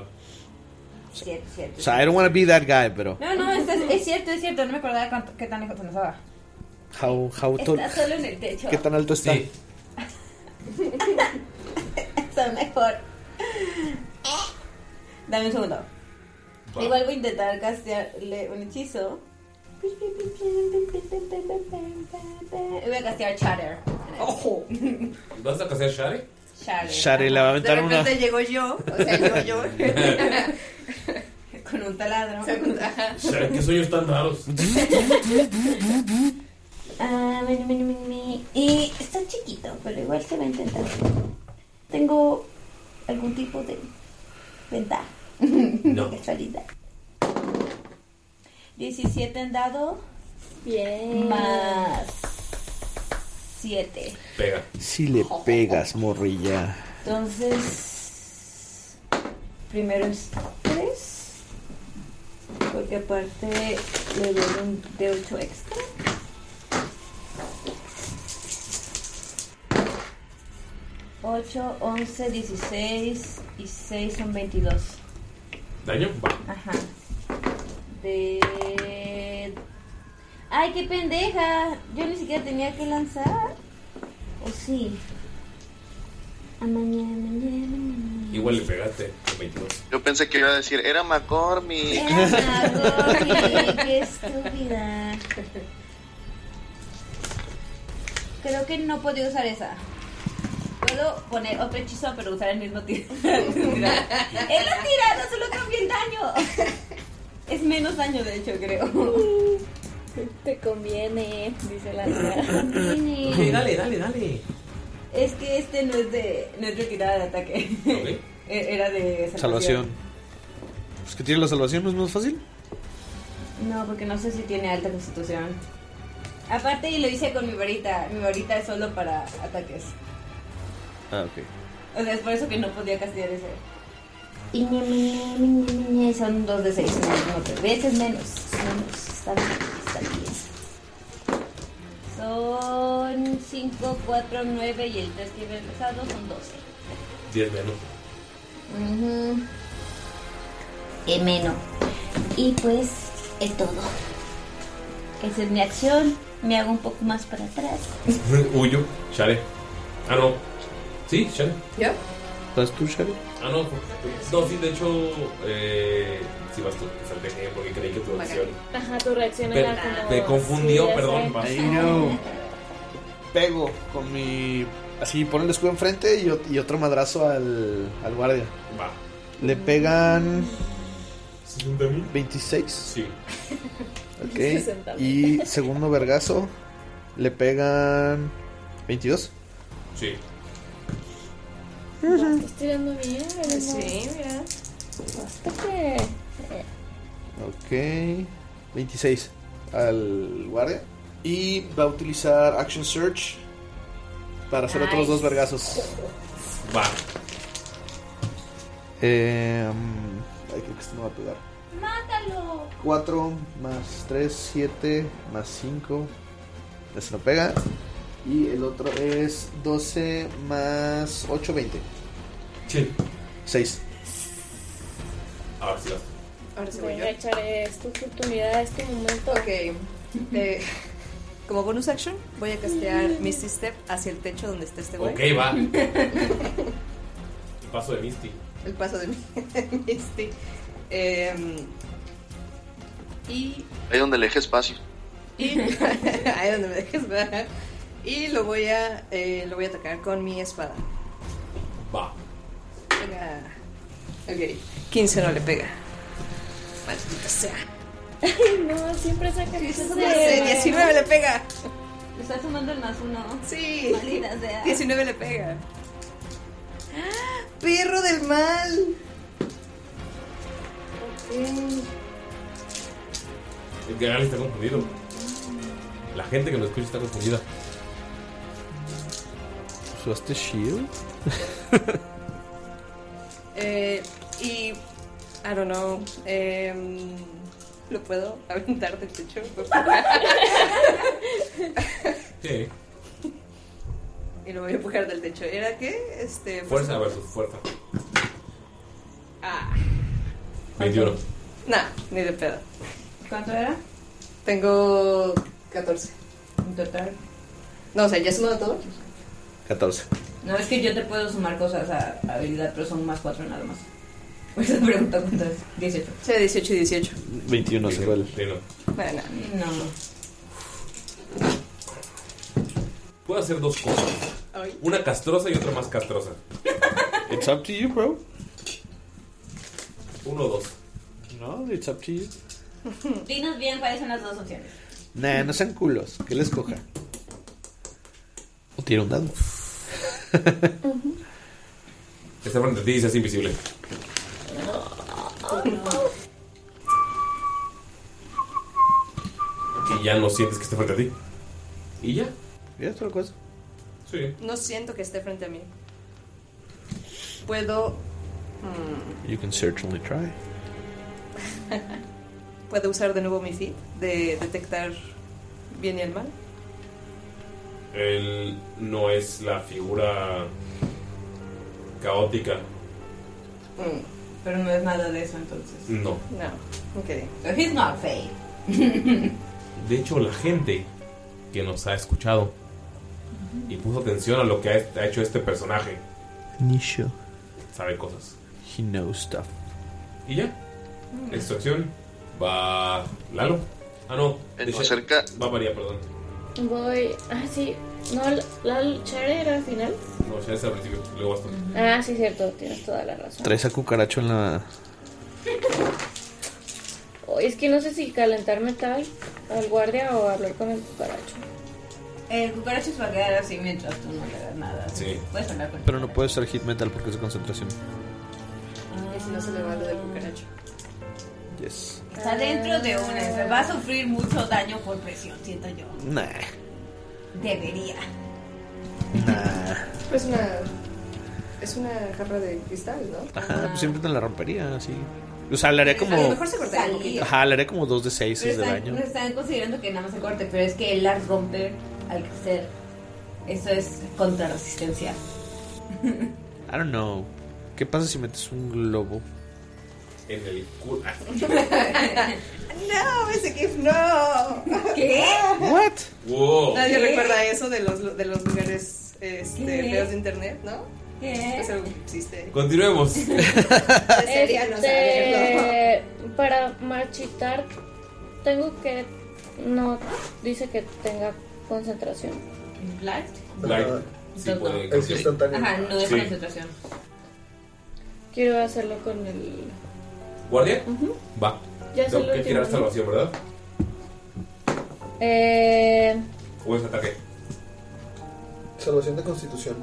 Speaker 6: 7,
Speaker 2: O sea, I don't wanna be that guy, pero.
Speaker 6: No, no, es, es- es cierto, es cierto. No me acordaba cuánto- qué tan lejos se nos daba.
Speaker 2: How, how tall-
Speaker 6: Está solo en el techo.
Speaker 2: ¿Qué tan alto está?
Speaker 6: (laughs) Está mejor. Dame un segundo.
Speaker 1: Va.
Speaker 6: Igual voy a intentar castearle un hechizo. Voy a castear Chatter. ¡Ojo!
Speaker 1: ¿Vas a casar Shari?
Speaker 6: Chatter.
Speaker 2: Shari, le va a aventar
Speaker 4: De repente
Speaker 2: una-
Speaker 4: llego yo, o sea, llego yo.
Speaker 6: (laughs)
Speaker 2: (laughs)
Speaker 6: Con un taladro.
Speaker 1: Shari, qué sueños tan raros.
Speaker 6: Ah, mi, mi, mi, mi. Y está chiquito, pero igual se va a intentar. Tengo algún tipo de ventaja. (laughs)
Speaker 1: No.
Speaker 6: Casualidad. 17 en dado. Bien. Más 7.
Speaker 1: Pega.
Speaker 2: Si le pegas, morrilla.
Speaker 6: Entonces. Primero es 3. Porque aparte le doy un de 8 extra. Ocho, once, dieciséis y seis son veintidós.
Speaker 1: ¿Daño? Va.
Speaker 6: Ajá. De. ¡Ay, qué pendeja! Yo ni siquiera tenía que lanzar. ¿O sí? Amañé, amañé, amañé.
Speaker 1: Igual le pegaste con 22.
Speaker 7: Yo pensé que iba a decir, era McCormick.
Speaker 6: Ay, ¡Qué estúpida! Creo que no podía usar esa. Puedo poner otro hechizo, pero usar el mismo tiro. (laughs) ¡Es la tirada! ¡Solo cambié el daño! Es menos daño, de hecho, creo. Te conviene, dice la (laughs)
Speaker 1: Ok, dale, dale, dale.
Speaker 6: Es que este no es de, no es de tirada de ataque. (laughs) E- Era de salvación.
Speaker 2: Salvación. Pues que tiene la salvación, ¿no es más fácil?
Speaker 6: No, porque no sé si tiene alta constitución. Aparte, y lo hice con mi varita. Mi varita es solo para ataques.
Speaker 2: Ah, ok.
Speaker 6: O sea, es por eso que no podía castigar ese. Y ñe, ñe, ñe, ñe, ñe, Eh, son dos de seis, no, no, tres veces menos. Menos, está bien, está bien. Son 5, 4, 9 y el 3 que he empezado son 12.
Speaker 1: 10 menos.
Speaker 6: Ujú. Y menos. Y pues es todo. Esa es mi acción. Me hago un poco más para atrás.
Speaker 1: Huyo. Shari. Ah, no. Sí, Shari.
Speaker 6: ¿Yo?
Speaker 2: ¿Estás tú, Shari?
Speaker 1: Ah, no. No, sí, de hecho, eh, sí vas tú. Salté bien porque creí que tu acción.
Speaker 8: Ajá, tu reacción
Speaker 1: Pe-
Speaker 8: era como.
Speaker 1: me confundió,
Speaker 8: ya
Speaker 1: perdón,
Speaker 8: sé.
Speaker 1: vas.
Speaker 2: I know. Pego con mi. Así, pone el escudo enfrente y, ot- y otro madrazo al, al guardia.
Speaker 1: Va.
Speaker 2: Le pegan.
Speaker 1: ¿60.000?
Speaker 2: 26.
Speaker 1: Sí.
Speaker 2: Ok. Y segundo vergazo. Le pegan. 22.
Speaker 1: Sí.
Speaker 8: Guau, Estás tirando bien, Belén.
Speaker 4: Pues Sí, mira.
Speaker 8: Bastante.
Speaker 3: eh,
Speaker 2: Ok. 26 al guardia. Y va a utilizar Action Search para hacer otros
Speaker 8: Nice.
Speaker 2: dos vergazos.
Speaker 1: Va.
Speaker 2: Eh, mm, ay, creo que este no va a pegar.
Speaker 3: ¡Mátalo!
Speaker 2: 4 más 3, 7 más 5. Eso no pega. Y el otro es 12 más 8, 20.
Speaker 1: Sí.
Speaker 2: 6.
Speaker 1: Ahora sí vas.
Speaker 4: Ahora se voy
Speaker 3: Bueno,
Speaker 4: yo.
Speaker 3: echaré esta oportunidad, este momento.
Speaker 4: Ok. Eh, como bonus action, voy a castear Misty Step hacia el techo donde está este güey.
Speaker 1: Ok, va. El paso de Misty.
Speaker 4: el paso (laughs) de Misty. Em, y
Speaker 7: Ahí donde le deje espacio.
Speaker 4: Y ahí donde me dejes ¿verdad? Y lo voy a eh, lo voy a atacar con mi espada.
Speaker 1: Va.
Speaker 4: Venga. Ok. 15 no le pega. Maldita sea.
Speaker 3: Ay, no, siempre saca cosas de-
Speaker 4: Eh, 19 le pega.
Speaker 11: ¿Le estás sumando el más uno?
Speaker 4: Sí.
Speaker 11: Maldita sea.
Speaker 4: 19 le pega. ¡Ah! Perro del mal.
Speaker 1: El Gagal está confundido. La gente que lo escucha está confundida.
Speaker 2: ¿Usaste shield?
Speaker 4: Eh, y I don't know. em, ¿Lo puedo aventar del techo?
Speaker 1: (laughs) Sí.
Speaker 4: y lo voy a empujar del techo. ¿Era qué? Este,
Speaker 1: Fuerza versus fuerza.
Speaker 4: Ah.
Speaker 1: 21.
Speaker 4: Nah, ni de pedo.
Speaker 11: ¿Cuánto era?
Speaker 4: Tengo 14.
Speaker 11: En total.
Speaker 4: No, o sea, ya he sumado todo.
Speaker 2: 14.
Speaker 11: No, es que yo te puedo sumar cosas a a habilidad, pero son más cuatro nada más. Por eso te pregunto cuánto es. 18.
Speaker 4: Sí, 18 y 18.
Speaker 2: 21 se fue el.
Speaker 4: Bueno.
Speaker 1: Puedo hacer dos cosas.
Speaker 4: Ay.
Speaker 1: Una castrosa y otra más castrosa.
Speaker 2: It's up to you, bro.
Speaker 1: Uno o dos.
Speaker 2: No, it's up to you.
Speaker 11: Dinos bien cuáles son las dos opciones.
Speaker 2: Nah, no sean culos. Que les coja. O tira un dado.
Speaker 1: Está frente a ti y se hace invisible.
Speaker 4: Oh,
Speaker 1: Y ya no sientes que esté frente a ti. ¿Y ya?
Speaker 2: ¿Ya otra cosa?
Speaker 1: Sí.
Speaker 4: No siento que esté frente a mí. Puedo. mm,
Speaker 2: You can certainly try.
Speaker 4: Puedo usar de nuevo mi feed de detectar bien y el mal.
Speaker 1: Él no es la figura caótica.
Speaker 11: Pero no es nada de eso entonces.
Speaker 1: No.
Speaker 4: Mm. No. Ok.
Speaker 11: He's not fake. (laughs)
Speaker 1: De hecho, la gente que nos ha escuchado y puso atención a lo que ha- ha hecho este personaje
Speaker 2: Nisho.
Speaker 1: sabe cosas.
Speaker 2: He knows stuff.
Speaker 1: Y ya.
Speaker 3: Mm.
Speaker 1: Es su acción. Va Lalo. Ah, no. De cerca. Va María, perdón.
Speaker 3: Voy. Ah, sí. No, la, la Share era al final.
Speaker 1: No, ya es al principio. Luego vas tú.
Speaker 3: Ah, sí, cierto. Tienes toda la razón.
Speaker 2: Traes a cucaracho en la.
Speaker 3: Oh, es que no sé si calentarme tal al guardia o hablar con
Speaker 4: (laughs)
Speaker 3: el cucaracho.
Speaker 11: El cucaracho se va Eh, a quedar así mientras tú no le das nada.
Speaker 2: Sí.
Speaker 11: Puedes hablar con él.
Speaker 2: Pero no puede usar hit metal porque es de concentración.
Speaker 4: Y si no se le va lo del cucaracho.
Speaker 2: Yes.
Speaker 11: Está dentro de una. Se va a sufrir mucho daño por presión, siento yo.
Speaker 2: Nah.
Speaker 11: Debería.
Speaker 2: Nah.
Speaker 4: Es una. Es una jarra de cristal, ¿no?
Speaker 2: Ajá, pues siempre te la rompería, así. O sea, le haré como.
Speaker 11: A lo mejor se cortaría un poquito.
Speaker 2: Ajá, le haré como 2 de 6 de
Speaker 11: Pero están,
Speaker 2: daño.
Speaker 11: no están considerando que nada más se corte, pero es que el las rompe al crecer. Eso es contra resistencia.
Speaker 2: I don't know. ¿Qué pasa si metes un globo?
Speaker 1: En el ah. culo.
Speaker 3: (laughs)
Speaker 4: no, ese GIF no.
Speaker 11: ¿Qué?
Speaker 4: (laughs)
Speaker 2: What?
Speaker 1: Wow.
Speaker 4: Nadie
Speaker 11: ¿Qué?
Speaker 4: recuerda eso de los, de los lugares este,
Speaker 11: ¿Qué?
Speaker 4: feos de internet, ¿no?
Speaker 11: ¿Qué?
Speaker 4: Eso existe.
Speaker 1: Continuemos.
Speaker 4: sería no
Speaker 3: Este, para marchitar, tengo que. No, dice que tenga concentración.
Speaker 11: Blight.
Speaker 1: Blight. Sí, puede.
Speaker 11: Es instantáneo.
Speaker 3: Ah,
Speaker 11: Ajá, no es
Speaker 1: Sí.
Speaker 11: concentración.
Speaker 3: Quiero hacerlo con el.
Speaker 1: ¿Guardia? Va.
Speaker 3: Ya es el
Speaker 1: Tengo que
Speaker 3: último,
Speaker 1: tirar
Speaker 3: ¿no?
Speaker 1: salvación, ¿verdad?
Speaker 3: Eh,
Speaker 1: O es ataque.
Speaker 16: Salvación de constitución.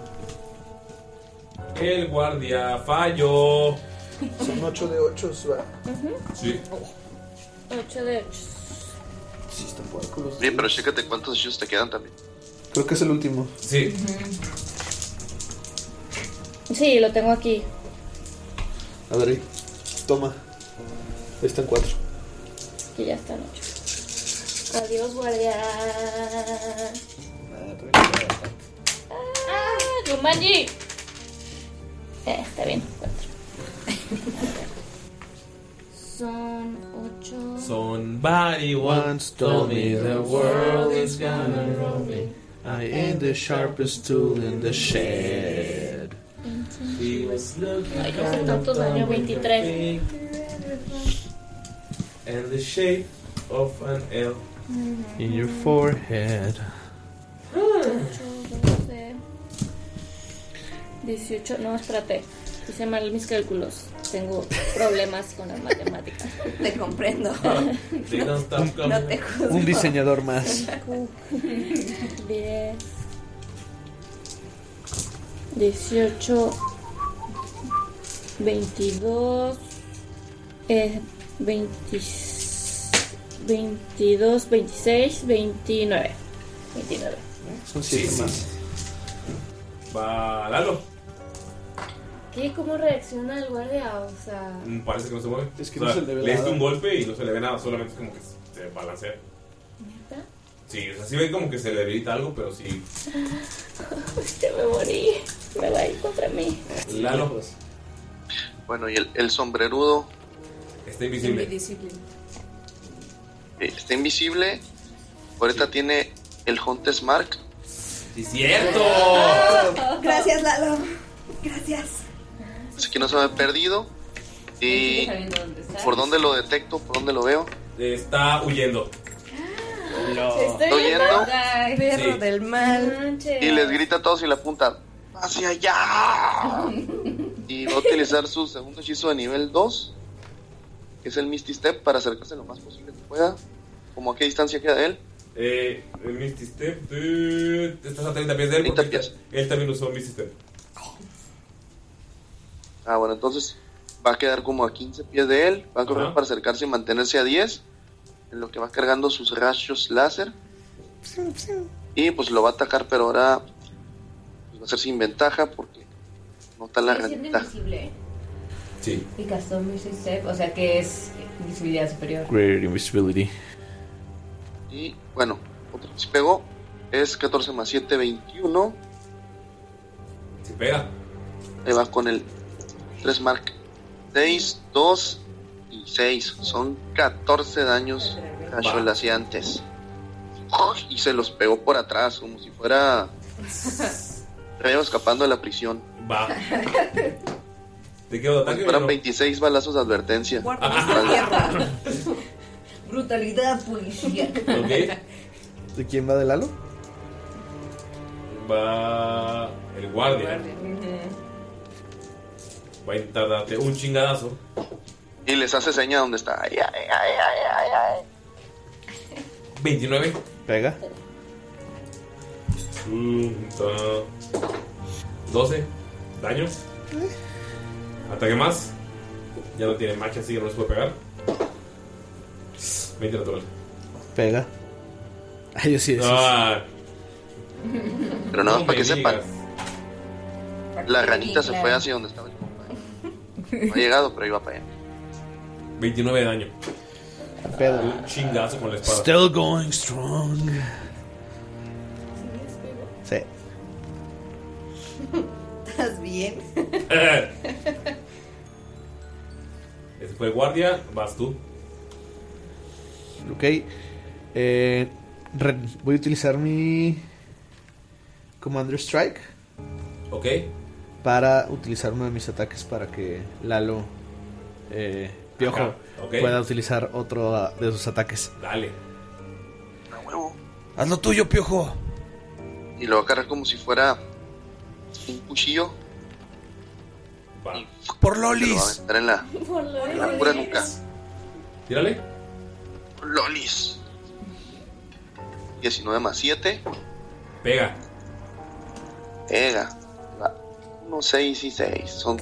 Speaker 1: El guardia falló.
Speaker 16: Son 8 de 8, va.
Speaker 1: Sí.
Speaker 3: 8 de 8.
Speaker 16: Sí, está fuerte con los
Speaker 7: Sí, pero chécate cuántos shoes te quedan también.
Speaker 2: Creo que es el último.
Speaker 1: Sí.
Speaker 3: Sí, lo tengo aquí.
Speaker 2: Adri, toma. Están cuatro.
Speaker 3: Y ya está noche. Adiós, guardián. ¡Ah! ¡Jumanji! Eh, está bien, cuatro. Son ocho.
Speaker 1: Somebody once told me the world is gonna roll me. I am the sharpest tool in the shed. She was looking
Speaker 3: Ay, no sé tantos daño, 23.
Speaker 1: And the shape of an L
Speaker 2: In your forehead.
Speaker 3: 12, 18, no, espérate. Hice mal mis cálculos. Tengo problemas con las matemáticas.
Speaker 8: Te
Speaker 3: (laughs)
Speaker 8: comprendo.
Speaker 1: They don't stop coming.
Speaker 8: No te juzgo.
Speaker 2: Un diseñador (laughs) más.
Speaker 3: 10, 18, 22, eh, 20 22, 26, 29. 29.
Speaker 2: Son siete más.
Speaker 1: Va Lalo.
Speaker 3: ¿Qué? ¿Cómo reacciona el guardia? O sea.
Speaker 1: Mm, Parece que no se mueve.
Speaker 2: Es que
Speaker 1: O sea,
Speaker 2: no se le ve
Speaker 1: le
Speaker 2: nada.
Speaker 1: diste un golpe y no se le ve nada, solamente es como que se balancea.
Speaker 3: ¿Neta? (laughs)
Speaker 1: Sí, o sea, sí ve como que se le debilita algo, pero sí.
Speaker 3: Te Este, me morí. Me va a ir contra mí.
Speaker 1: Lalo.
Speaker 7: Bueno, y el, el sombrerudo
Speaker 1: Está invisible.
Speaker 7: eh, está invisible. Ahorita tiene el Hunter's Mark.
Speaker 1: ¡Sí, cierto!
Speaker 8: Gracias, Lalo. Gracias.
Speaker 7: Así que no se me ha perdido. ¿Y por dónde lo detecto? ¿Por dónde lo veo?
Speaker 1: Está huyendo.
Speaker 8: Estoy
Speaker 7: oyendo?
Speaker 8: perro
Speaker 7: Sí.
Speaker 8: del mal.
Speaker 7: Y les grita a todos y la apunta hacia allá. Y va a utilizar su segundo hechizo de nivel 2, que es el Misty Step, para acercarse lo más posible que pueda. ¿Como a qué distancia queda de él?
Speaker 1: Eh, el Misty Step. eh, estás a 30 pies de él. porque él- Él también usó Misty Step.
Speaker 7: Ah, bueno, entonces va a quedar como a 15 pies de él. Va a correr para acercarse y mantenerse a 10. En lo que va cargando sus rayos láser. Y pues lo va a atacar, pero ahora pues, va a ser sin ventaja porque no está la
Speaker 6: Sigue siendo
Speaker 7: ventaja.
Speaker 6: invisible.
Speaker 1: Sí.
Speaker 6: Y gastó Mystic Step, o sea que es invisibilidad superior.
Speaker 2: Great invisibility.
Speaker 7: Y bueno, otro que se pegó es 14 más 7, 21.
Speaker 1: Se pega.
Speaker 7: Ahí va con el 3 mark. 6, 2 y 6. Son 14 daños antes Y se los pegó por atrás, como si fuera reo escapando de la prisión.
Speaker 1: Va. ¿Te quedo de ataque?
Speaker 7: Fueron 26 balazos de advertencia.
Speaker 4: Brutalidad policía. (laughs)
Speaker 2: ¿De quién va de Lalo?
Speaker 1: Va. El guardia. Va a intentar darte un chingadazo.
Speaker 7: Y les hace seña donde está. Ay, ay, ay, ay, ay, ay.
Speaker 1: 29.
Speaker 2: Pega.
Speaker 1: 12. Daño. Ataque más. Ya no tiene magia, así que no les puede pegar. 20 natural.
Speaker 2: Pega. Ay, yo sí. eso es.
Speaker 1: Ah,
Speaker 7: Pero nada más
Speaker 1: No
Speaker 7: para
Speaker 1: me
Speaker 7: que sepan. La
Speaker 1: que
Speaker 7: ranita se
Speaker 1: digas.
Speaker 7: fue hacia donde estaba el compañero. No ha llegado, pero iba para allá.
Speaker 1: 29 de daño. Un chingazo con la espada.
Speaker 2: Still going strong. Sí.
Speaker 8: ¿Estás bien?
Speaker 1: Eh. Ese fue el guardia, vas tú.
Speaker 2: Ok. Eh, re- voy a utilizar mi Commander Strike
Speaker 1: Ok.
Speaker 2: para utilizar uno de mis ataques para que Lalo eh, Piojo
Speaker 1: Ajá, ok.
Speaker 2: pueda utilizar otro ah, de sus ataques.
Speaker 1: Dale.
Speaker 2: Haz lo tuyo, Piojo.
Speaker 7: Y lo va a cargar como si fuera un cuchillo.
Speaker 2: Por
Speaker 7: Lolis. Lo va a aventar en la, en la pura nuca.
Speaker 1: Tírale.
Speaker 7: Lolis. 19 más 7.
Speaker 1: Pega.
Speaker 7: Pega. 1, 6 y 6. Son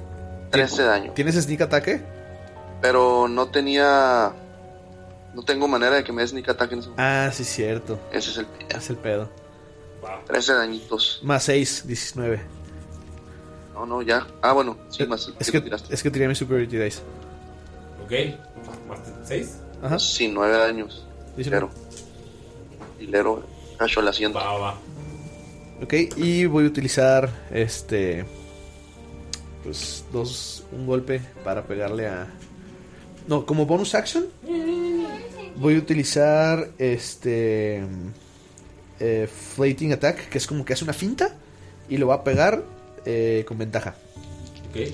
Speaker 7: 13 daño.
Speaker 2: ¿Tienes sneak ataque?
Speaker 7: Pero no tenía. No tengo manera de que me des sneak attack en ese momento.
Speaker 2: Ah, sí, cierto.
Speaker 7: Ese es el
Speaker 2: Es el pedo.
Speaker 1: Ah.
Speaker 7: 13 dañitos.
Speaker 2: Más 6, 19.
Speaker 7: No, no, ya. Ah, bueno. Sí, más.
Speaker 2: Es que, es que tiré mi Superiority Dice.
Speaker 1: Ok. ¿Más 6?
Speaker 2: Ajá.
Speaker 7: Sí, nueve años. Hilero. Hilero, cacho el asiento.
Speaker 2: Ok, y voy a utilizar este. Pues dos. Un golpe para pegarle a. No, como bonus action. Voy a utilizar este. eh, flating attack, que es como que hace una finta. Y lo va a pegar eh, con ventaja.
Speaker 1: Ok.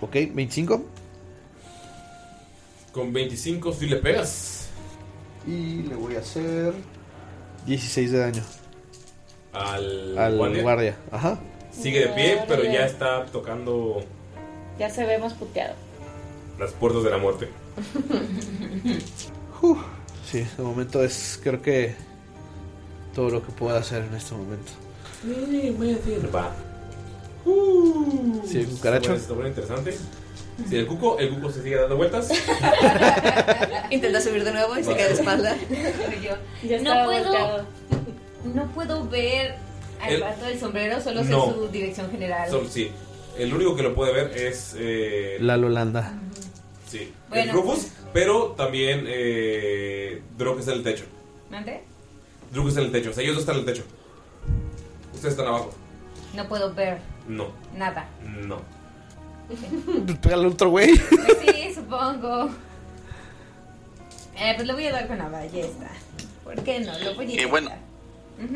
Speaker 2: Ok, 25.
Speaker 1: Con 25 sí le pegas.
Speaker 2: Y le voy a hacer 16 de daño.
Speaker 1: Al,
Speaker 2: Al guardia, ajá.
Speaker 1: Sigue de pie, pero ya está tocando
Speaker 8: Ya se ve más puteado.
Speaker 1: las puertas de la muerte.
Speaker 2: Sí, de momento es, creo que todo lo que pueda hacer en este momento.
Speaker 1: Va. Uh.
Speaker 2: Sí, el cucaracho.
Speaker 1: Está bueno, está bueno, interesante. Sí, el cuco, el cuco se sigue
Speaker 6: (laughs)
Speaker 1: dando vueltas.
Speaker 4: Intenta subir de nuevo y se queda de espalda.
Speaker 8: estaba
Speaker 6: no puedo.
Speaker 8: volteado.
Speaker 6: No puedo ver al
Speaker 1: El-
Speaker 6: vato del sombrero, solo sé
Speaker 1: No.
Speaker 6: su dirección general.
Speaker 1: Son- sí. El único que lo puede ver es. eh,
Speaker 2: La Lolanda.
Speaker 1: sí. el
Speaker 6: Bueno.
Speaker 1: Rufus, pero también eh, Drog está en el techo.
Speaker 6: ¿Mande?
Speaker 1: Drug está en el techo. O sea, ellos dos están en el techo. Ustedes están abajo.
Speaker 6: No puedo ver
Speaker 1: No.
Speaker 6: nada.
Speaker 1: No.
Speaker 2: (laughs) Pégale al otro güey.
Speaker 6: Pues sí, supongo. Eh, pues le voy a dar con la ballesta. ¿Por qué no? Lo voy a
Speaker 7: Y bueno,
Speaker 6: Ujú,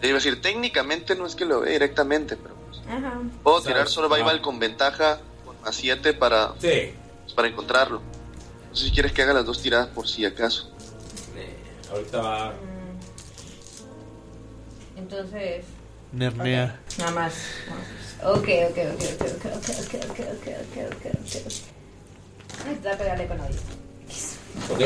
Speaker 7: le iba a decir, técnicamente no es que lo vea directamente, pero
Speaker 6: Ajá.
Speaker 7: puedo tirar survival
Speaker 2: Ah.
Speaker 7: con ventaja con más 7 para,
Speaker 1: Sí.
Speaker 7: para encontrarlo. No sé si quieres que haga las dos tiradas por si acaso.
Speaker 1: Eh, Ahorita va.
Speaker 6: Entonces,
Speaker 2: Nernea.
Speaker 6: nada más. Ok, ok, ok, ok, ok, ok, ok, ok, ok, ok, ok, ok. Ay, te voy a pegarle con odio.
Speaker 1: Ok.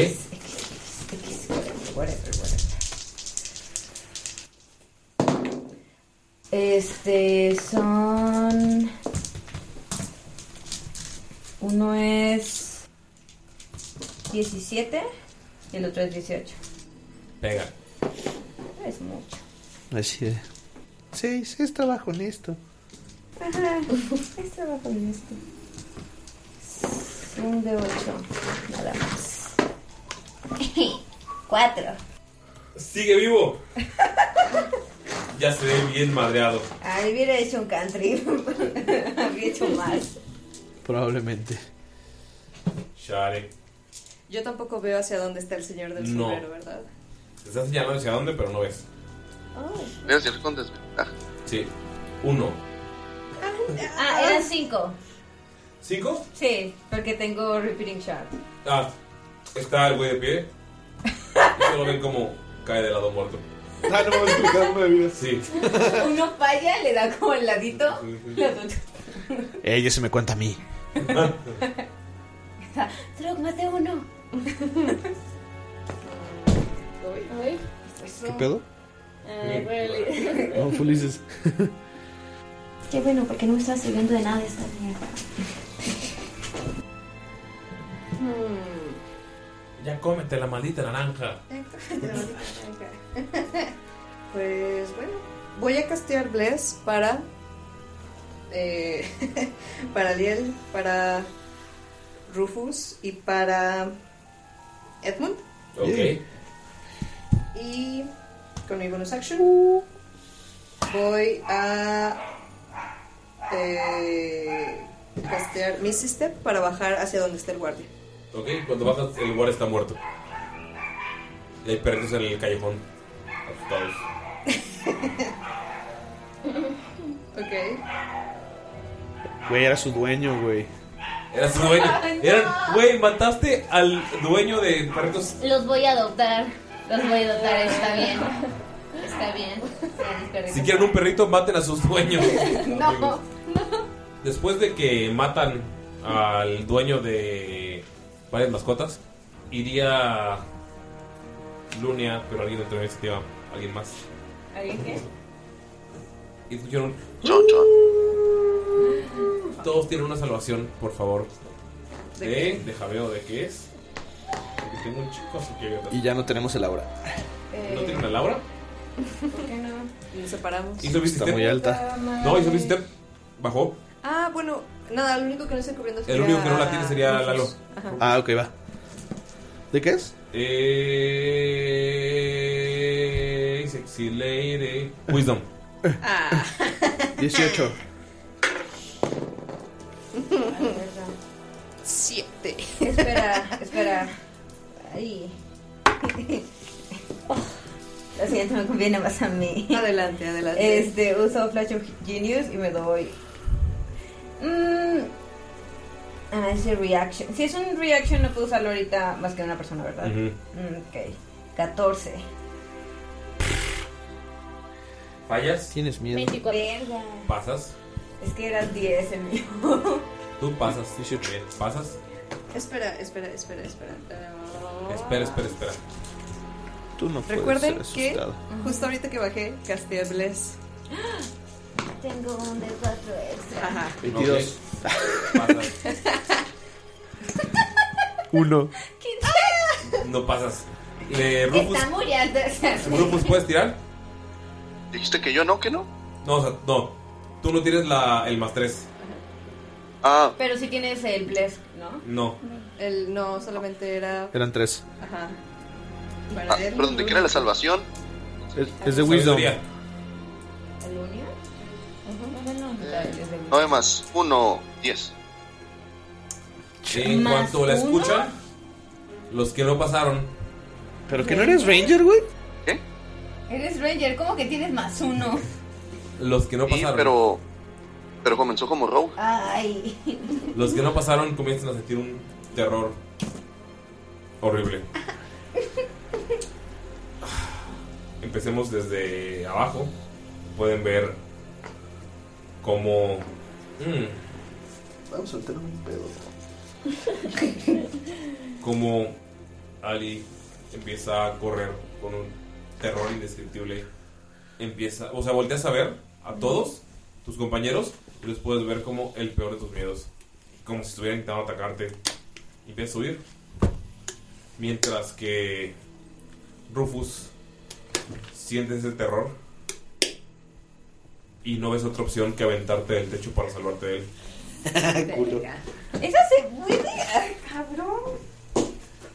Speaker 6: Este son. Uno es 17 y el otro es 18.
Speaker 1: Pega.
Speaker 6: Es mucho.
Speaker 2: Así de. Sí, sí, es trabajo honesto.
Speaker 6: Ajá. Es trabajo en esto. Un de 8, nada más. (laughs) 4.
Speaker 1: ¡Sigue vivo! ya se ve bien madreado.
Speaker 6: Ay, hubiera hecho un country. (laughs) Habría hecho más.
Speaker 2: Probablemente.
Speaker 1: Share.
Speaker 4: Yo tampoco veo hacia dónde está el señor del
Speaker 1: No.
Speaker 4: sombrero, ¿verdad?
Speaker 1: Te está señalando hacia dónde, pero no ves. (laughs)
Speaker 7: Voy a decir con desventaja.
Speaker 1: Sí. Uno.
Speaker 6: Ah, eran 5.
Speaker 1: ¿Cinco?
Speaker 6: Sí, porque tengo Repeating (laughs) Shard.
Speaker 1: Ah, está el güey de
Speaker 2: (laughs)
Speaker 1: pie. Y solo ven como cae de lado muerto.
Speaker 2: Ah, no, es que cada uno de vida.
Speaker 1: Sí.
Speaker 6: Uno falla, le da como el ladito. la otra-
Speaker 2: Ella se me cuenta a mí.
Speaker 6: Trog, más de uno.
Speaker 2: ¿Qué pedo?
Speaker 8: Ay, güey.
Speaker 2: No, Ulises.
Speaker 8: Qué bueno, porque no me estaba sirviendo de nada esta mierda.
Speaker 1: Ya cómete la maldita naranja.
Speaker 4: Pues bueno, voy a castear Bless para. eh, (laughs) para Liel, para Rufus y para Edmund.
Speaker 1: Ok.
Speaker 4: Y con mi bonus action voy a eh, castear Misty Step para bajar hacia donde está el guardia.
Speaker 1: Ok, cuando bajas, el guardia está muerto. Y hay perritos en el callejón. Asustados.
Speaker 4: Ok.
Speaker 2: Güey, era su dueño, güey.
Speaker 1: Era su dueño. Eran, güey, mataste al dueño de perritos.
Speaker 6: Los voy a adoptar. Los voy a adoptar, está
Speaker 2: (laughs)
Speaker 6: bien. Está bien.
Speaker 1: Si quieren un perrito, maten a sus dueños.
Speaker 6: No.
Speaker 1: Después de que matan al dueño de varias mascotas, iría Lunia, pero alguien dentro de la iniciativa, alguien más.
Speaker 6: ¿Alguien qué?
Speaker 1: Y escucharon,
Speaker 7: Chon, chon.
Speaker 1: todos tienen una salvación, por favor. De, de jabeo, ¿de qué es? Porque tengo un chico así que...
Speaker 2: (laughs) Y ya no tenemos el aura.
Speaker 1: ¿No tiene una Laura?
Speaker 4: Eh, ¿Por qué no? Nos separamos.
Speaker 1: ¿Hizo Misty
Speaker 2: Está muy alta.
Speaker 1: No, hizo Misty Step. Bajó.
Speaker 4: Ah, bueno, nada, lo único que no estoy cubriendo
Speaker 1: El único que no la tiene sería Lalo.
Speaker 4: Ajá.
Speaker 2: Ah, ok, va. ¿De qué es?
Speaker 1: Eh,
Speaker 2: (laughs)
Speaker 1: sexy lady. Wisdom.
Speaker 2: 18.
Speaker 4: (laughs) Siete.
Speaker 11: Espera, espera. Ahí. Lo siento, me conviene más a mí.
Speaker 4: Adelante, adelante.
Speaker 11: Este, uso Flash of Genius y me doy. Mm. Ah, es el reaction. Si es un reaction, no puedo usarlo ahorita más que una persona, ¿verdad?
Speaker 1: Ujú.
Speaker 11: Mm, ok. 14.
Speaker 1: ¿Fallas?
Speaker 2: Tienes
Speaker 11: Verga.
Speaker 1: ¿Pasas?
Speaker 11: Es que era 10 el mío.
Speaker 1: Tú pasas. Bien, ¿Pasas?
Speaker 4: (laughs) Espera, espera, espera, espera.
Speaker 1: Espera, espera, espera.
Speaker 2: Tú no
Speaker 4: Recuerden que justo ahorita que bajé, casté Bless.
Speaker 11: Tengo un de este. 4 extra.
Speaker 4: Ajá.
Speaker 2: 22.
Speaker 1: Uno.
Speaker 11: ¿Qué
Speaker 1: No pasas. Eh, Rufus,
Speaker 11: Está muy alto. o sea,
Speaker 1: Rufus, pues, ¿puedes tirar?
Speaker 7: Dijiste que yo no, que no.
Speaker 1: No, o sea, no. Tú no tienes la, el más 3.
Speaker 7: Ah.
Speaker 4: Pero sí tienes el Bless, ¿no?
Speaker 1: No.
Speaker 4: El no, solamente era.
Speaker 2: Eran tres.
Speaker 4: Ajá.
Speaker 7: Ah, pero donde quiera la salvación.
Speaker 2: Es, es de Wisdom.
Speaker 1: Sabiduría.
Speaker 11: ¿Alunia?
Speaker 7: No hay más. Uno, diez.
Speaker 1: En
Speaker 7: ¿Más
Speaker 1: cuanto la
Speaker 7: uno?
Speaker 1: escuchan, los que no pasaron.
Speaker 2: ¿Pero que no eres Ranger, güey?
Speaker 11: Eres Ranger, ¿cómo que tienes más uno?
Speaker 1: Los que no pasaron.
Speaker 7: pero. Pero comenzó como Rogue.
Speaker 11: Ay.
Speaker 1: Los que no pasaron comienzan a sentir un terror horrible. Empecemos desde abajo. Pueden ver cómo... mm,
Speaker 16: Vamos a soltar un pedo.
Speaker 1: como Ali empieza a correr con un terror indescriptible. Empieza, o sea, volteas a ver a todos tus compañeros y los puedes ver como el peor de tus miedos, como si estuvieran intentando atacarte. Y empiezas a huir. Mientras que Rufus siente ese terror y no ves otra opción que aventarte del techo para salvarte de él.
Speaker 11: ¿Eso se puede? Ay, cabrón.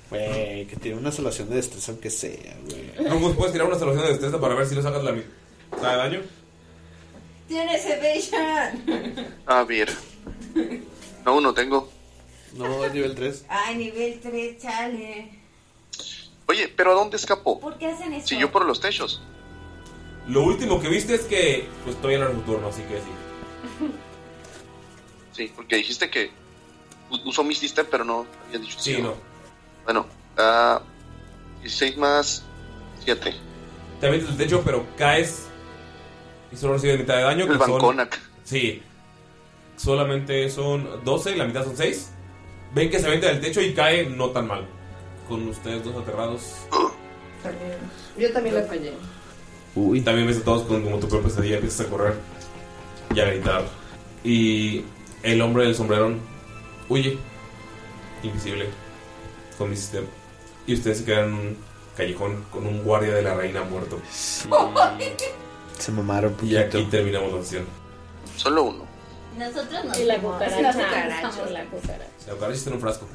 Speaker 2: Güey, que tiene una solución de destreza aunque sea, güey.
Speaker 1: Rufus, pues, ¿puedes tirar una solución de destreza para ver si le sacas la mitad de daño?
Speaker 11: Tienes Evasion.
Speaker 7: Ah, bien. No, no tengo.
Speaker 2: No, es nivel 3.
Speaker 11: Ay, nivel 3, chale.
Speaker 7: Oye, pero ¿a dónde escapó?
Speaker 11: ¿Por qué hacen eso?
Speaker 7: Siguió por los techos.
Speaker 1: Lo último que viste es que pues todavía era el turno, así que sí.
Speaker 7: Sí, porque dijiste que u- usó mi sister, pero no había dicho.
Speaker 1: Sí, no.
Speaker 7: Bueno, ah, 16 más 7.
Speaker 1: Te avientas del techo, pero caes y solo recibes mitad de daño.
Speaker 7: El
Speaker 1: que son-
Speaker 7: Banconac.
Speaker 1: sí. Solamente son 12, la mitad son 6. Ven que se avienta del techo y cae no tan mal. Con ustedes dos aterrados.
Speaker 4: Yo también la fallé.
Speaker 1: Uy. Uh, También ves a todos con como tu propia pesadilla, empiezas a correr y a gritar. Y el hombre del sombrerón huye, invisible, con mi sistema. Y ustedes se quedan en un callejón con un guardia de la reina muerto.
Speaker 2: Se mamaron.
Speaker 1: Y aquí terminamos la sesión.
Speaker 7: Solo uno.
Speaker 11: Nosotros no.
Speaker 8: Y la
Speaker 11: somos-
Speaker 8: cucaracha.
Speaker 11: La cucaracha.
Speaker 8: La cucaracha.
Speaker 1: La cucaracha está en un frasco.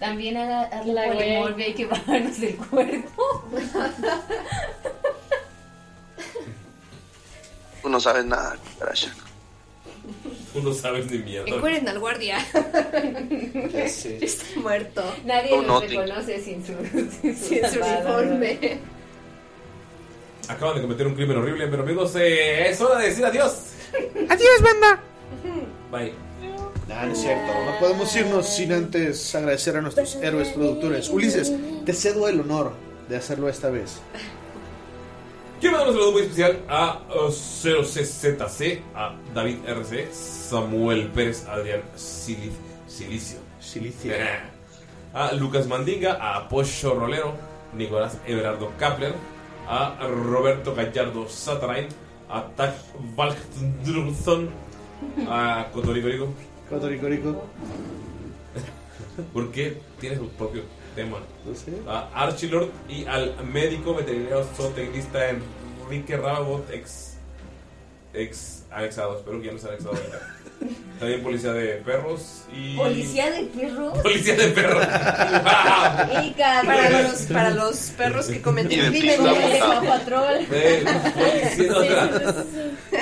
Speaker 11: También a la, a
Speaker 8: La
Speaker 11: la
Speaker 8: güey.
Speaker 11: polimorfia hay que bajarnos del cuerpo.
Speaker 4: (laughs)
Speaker 7: Tú no sabes nada, cucaracha.
Speaker 1: (laughs) Tú no sabes ni mierda.
Speaker 4: Encueren al (laughs) guardia.
Speaker 1: Ya sé.
Speaker 4: Está muerto.
Speaker 11: Nadie
Speaker 1: Oh,
Speaker 11: nos
Speaker 1: no,
Speaker 11: reconoce sin su, sin su,
Speaker 4: Sin su
Speaker 11: tapada,
Speaker 4: uniforme.
Speaker 1: Acaban de cometer un crimen horrible, pero amigos, eh, es hora de decir adiós.
Speaker 2: Adiós, banda.
Speaker 1: Bye.
Speaker 2: No, no es cierto. No podemos irnos sin antes agradecer a nuestros héroes productores. Ulises, te cedo el honor de hacerlo esta vez.
Speaker 1: Quiero mandar un saludo muy especial a uh, 0CZC, a David RC, Samuel Pérez, Adrián Sili- Silicio.
Speaker 2: Silicio.
Speaker 1: (laughs) A Lucas Mandinga, a Pocho Rolero, Nicolás Everardo Kapler, a Roberto Gallardo Satarain, a Tak Valkdrunson, a Cotoricorico.
Speaker 2: Cotoricorico.
Speaker 1: (laughs) ¿Por qué tiene su propio tema? A Archilord y al médico veterinario zootecnista (laughs) Enrique Rabot, ex. ex anexado. Espero que ya no sea anexado. ahorita. También policía de perros y.
Speaker 11: ¿Policía de perros?
Speaker 1: Policía
Speaker 11: (laughs)
Speaker 1: de perros.
Speaker 11: Erika,
Speaker 4: Para los, para los perros que cometen
Speaker 1: Identidad
Speaker 4: crímenes.
Speaker 1: montada.
Speaker 11: Patrol.
Speaker 1: Eh, policía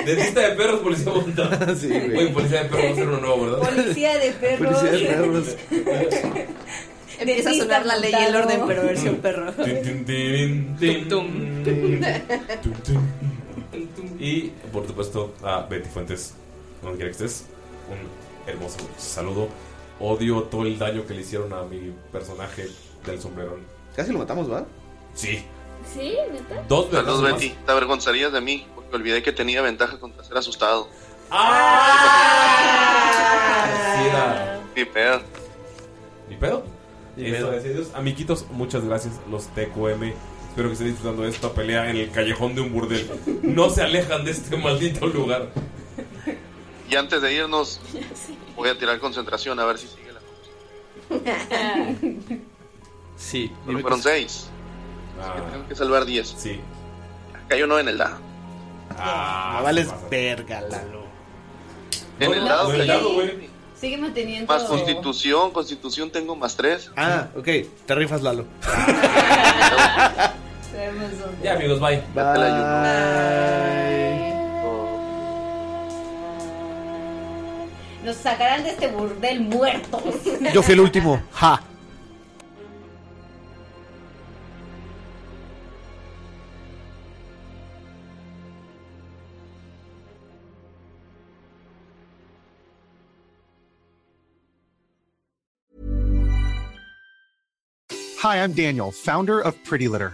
Speaker 1: Dentista de perros, policía montada. (laughs) Sí, güey. Oye, policía de perros va a ser uno nuevo, ¿verdad?
Speaker 11: Policía de perros.
Speaker 1: Policía de perros.
Speaker 4: (laughs) Empieza a sonar la ley y el orden, pero versión perro.
Speaker 1: Y por supuesto a Betty Fuentes, donde quiera que estés, un hermoso saludo. Odio todo el daño que le hicieron a mi personaje del sombrerón.
Speaker 2: Casi lo matamos, ¿va?
Speaker 1: Sí.
Speaker 8: ¿Sí? ¿Neta?
Speaker 1: Dos
Speaker 7: Saludos,
Speaker 1: más.
Speaker 7: Betty. Te avergonzarías de mí porque olvidé que tenía ventaja contra ser asustado. Ni pedo.
Speaker 1: Ni pedo. Eso, gracias a Dios. Amiguitos, muchas gracias. Los TQM. Espero que estén disfrutando de esta pelea en el callejón de un burdel. No se alejan de este maldito lugar.
Speaker 7: Y antes de irnos, voy a tirar concentración a ver si sigue la.
Speaker 2: Sí.
Speaker 7: Pero fueron 6. Así que tengo que salvar 10.
Speaker 1: Sí.
Speaker 7: Cayó uno en el dado.
Speaker 2: Ah, vales verga, Lalo.
Speaker 7: En el dado,
Speaker 2: en el
Speaker 7: cayó.
Speaker 2: dado,
Speaker 11: Sigue manteniendo.
Speaker 7: Más constitución, constitución tengo más 3.
Speaker 2: Ah, ok. Te rifas, Lalo.
Speaker 11: Sabemos dónde.
Speaker 1: Ya, amigos, bye.
Speaker 11: Nos sacarán de este burdel muertos.
Speaker 2: Yo fui el último. Ja.
Speaker 17: Hi, I'm Daniel, founder of Pretty Litter.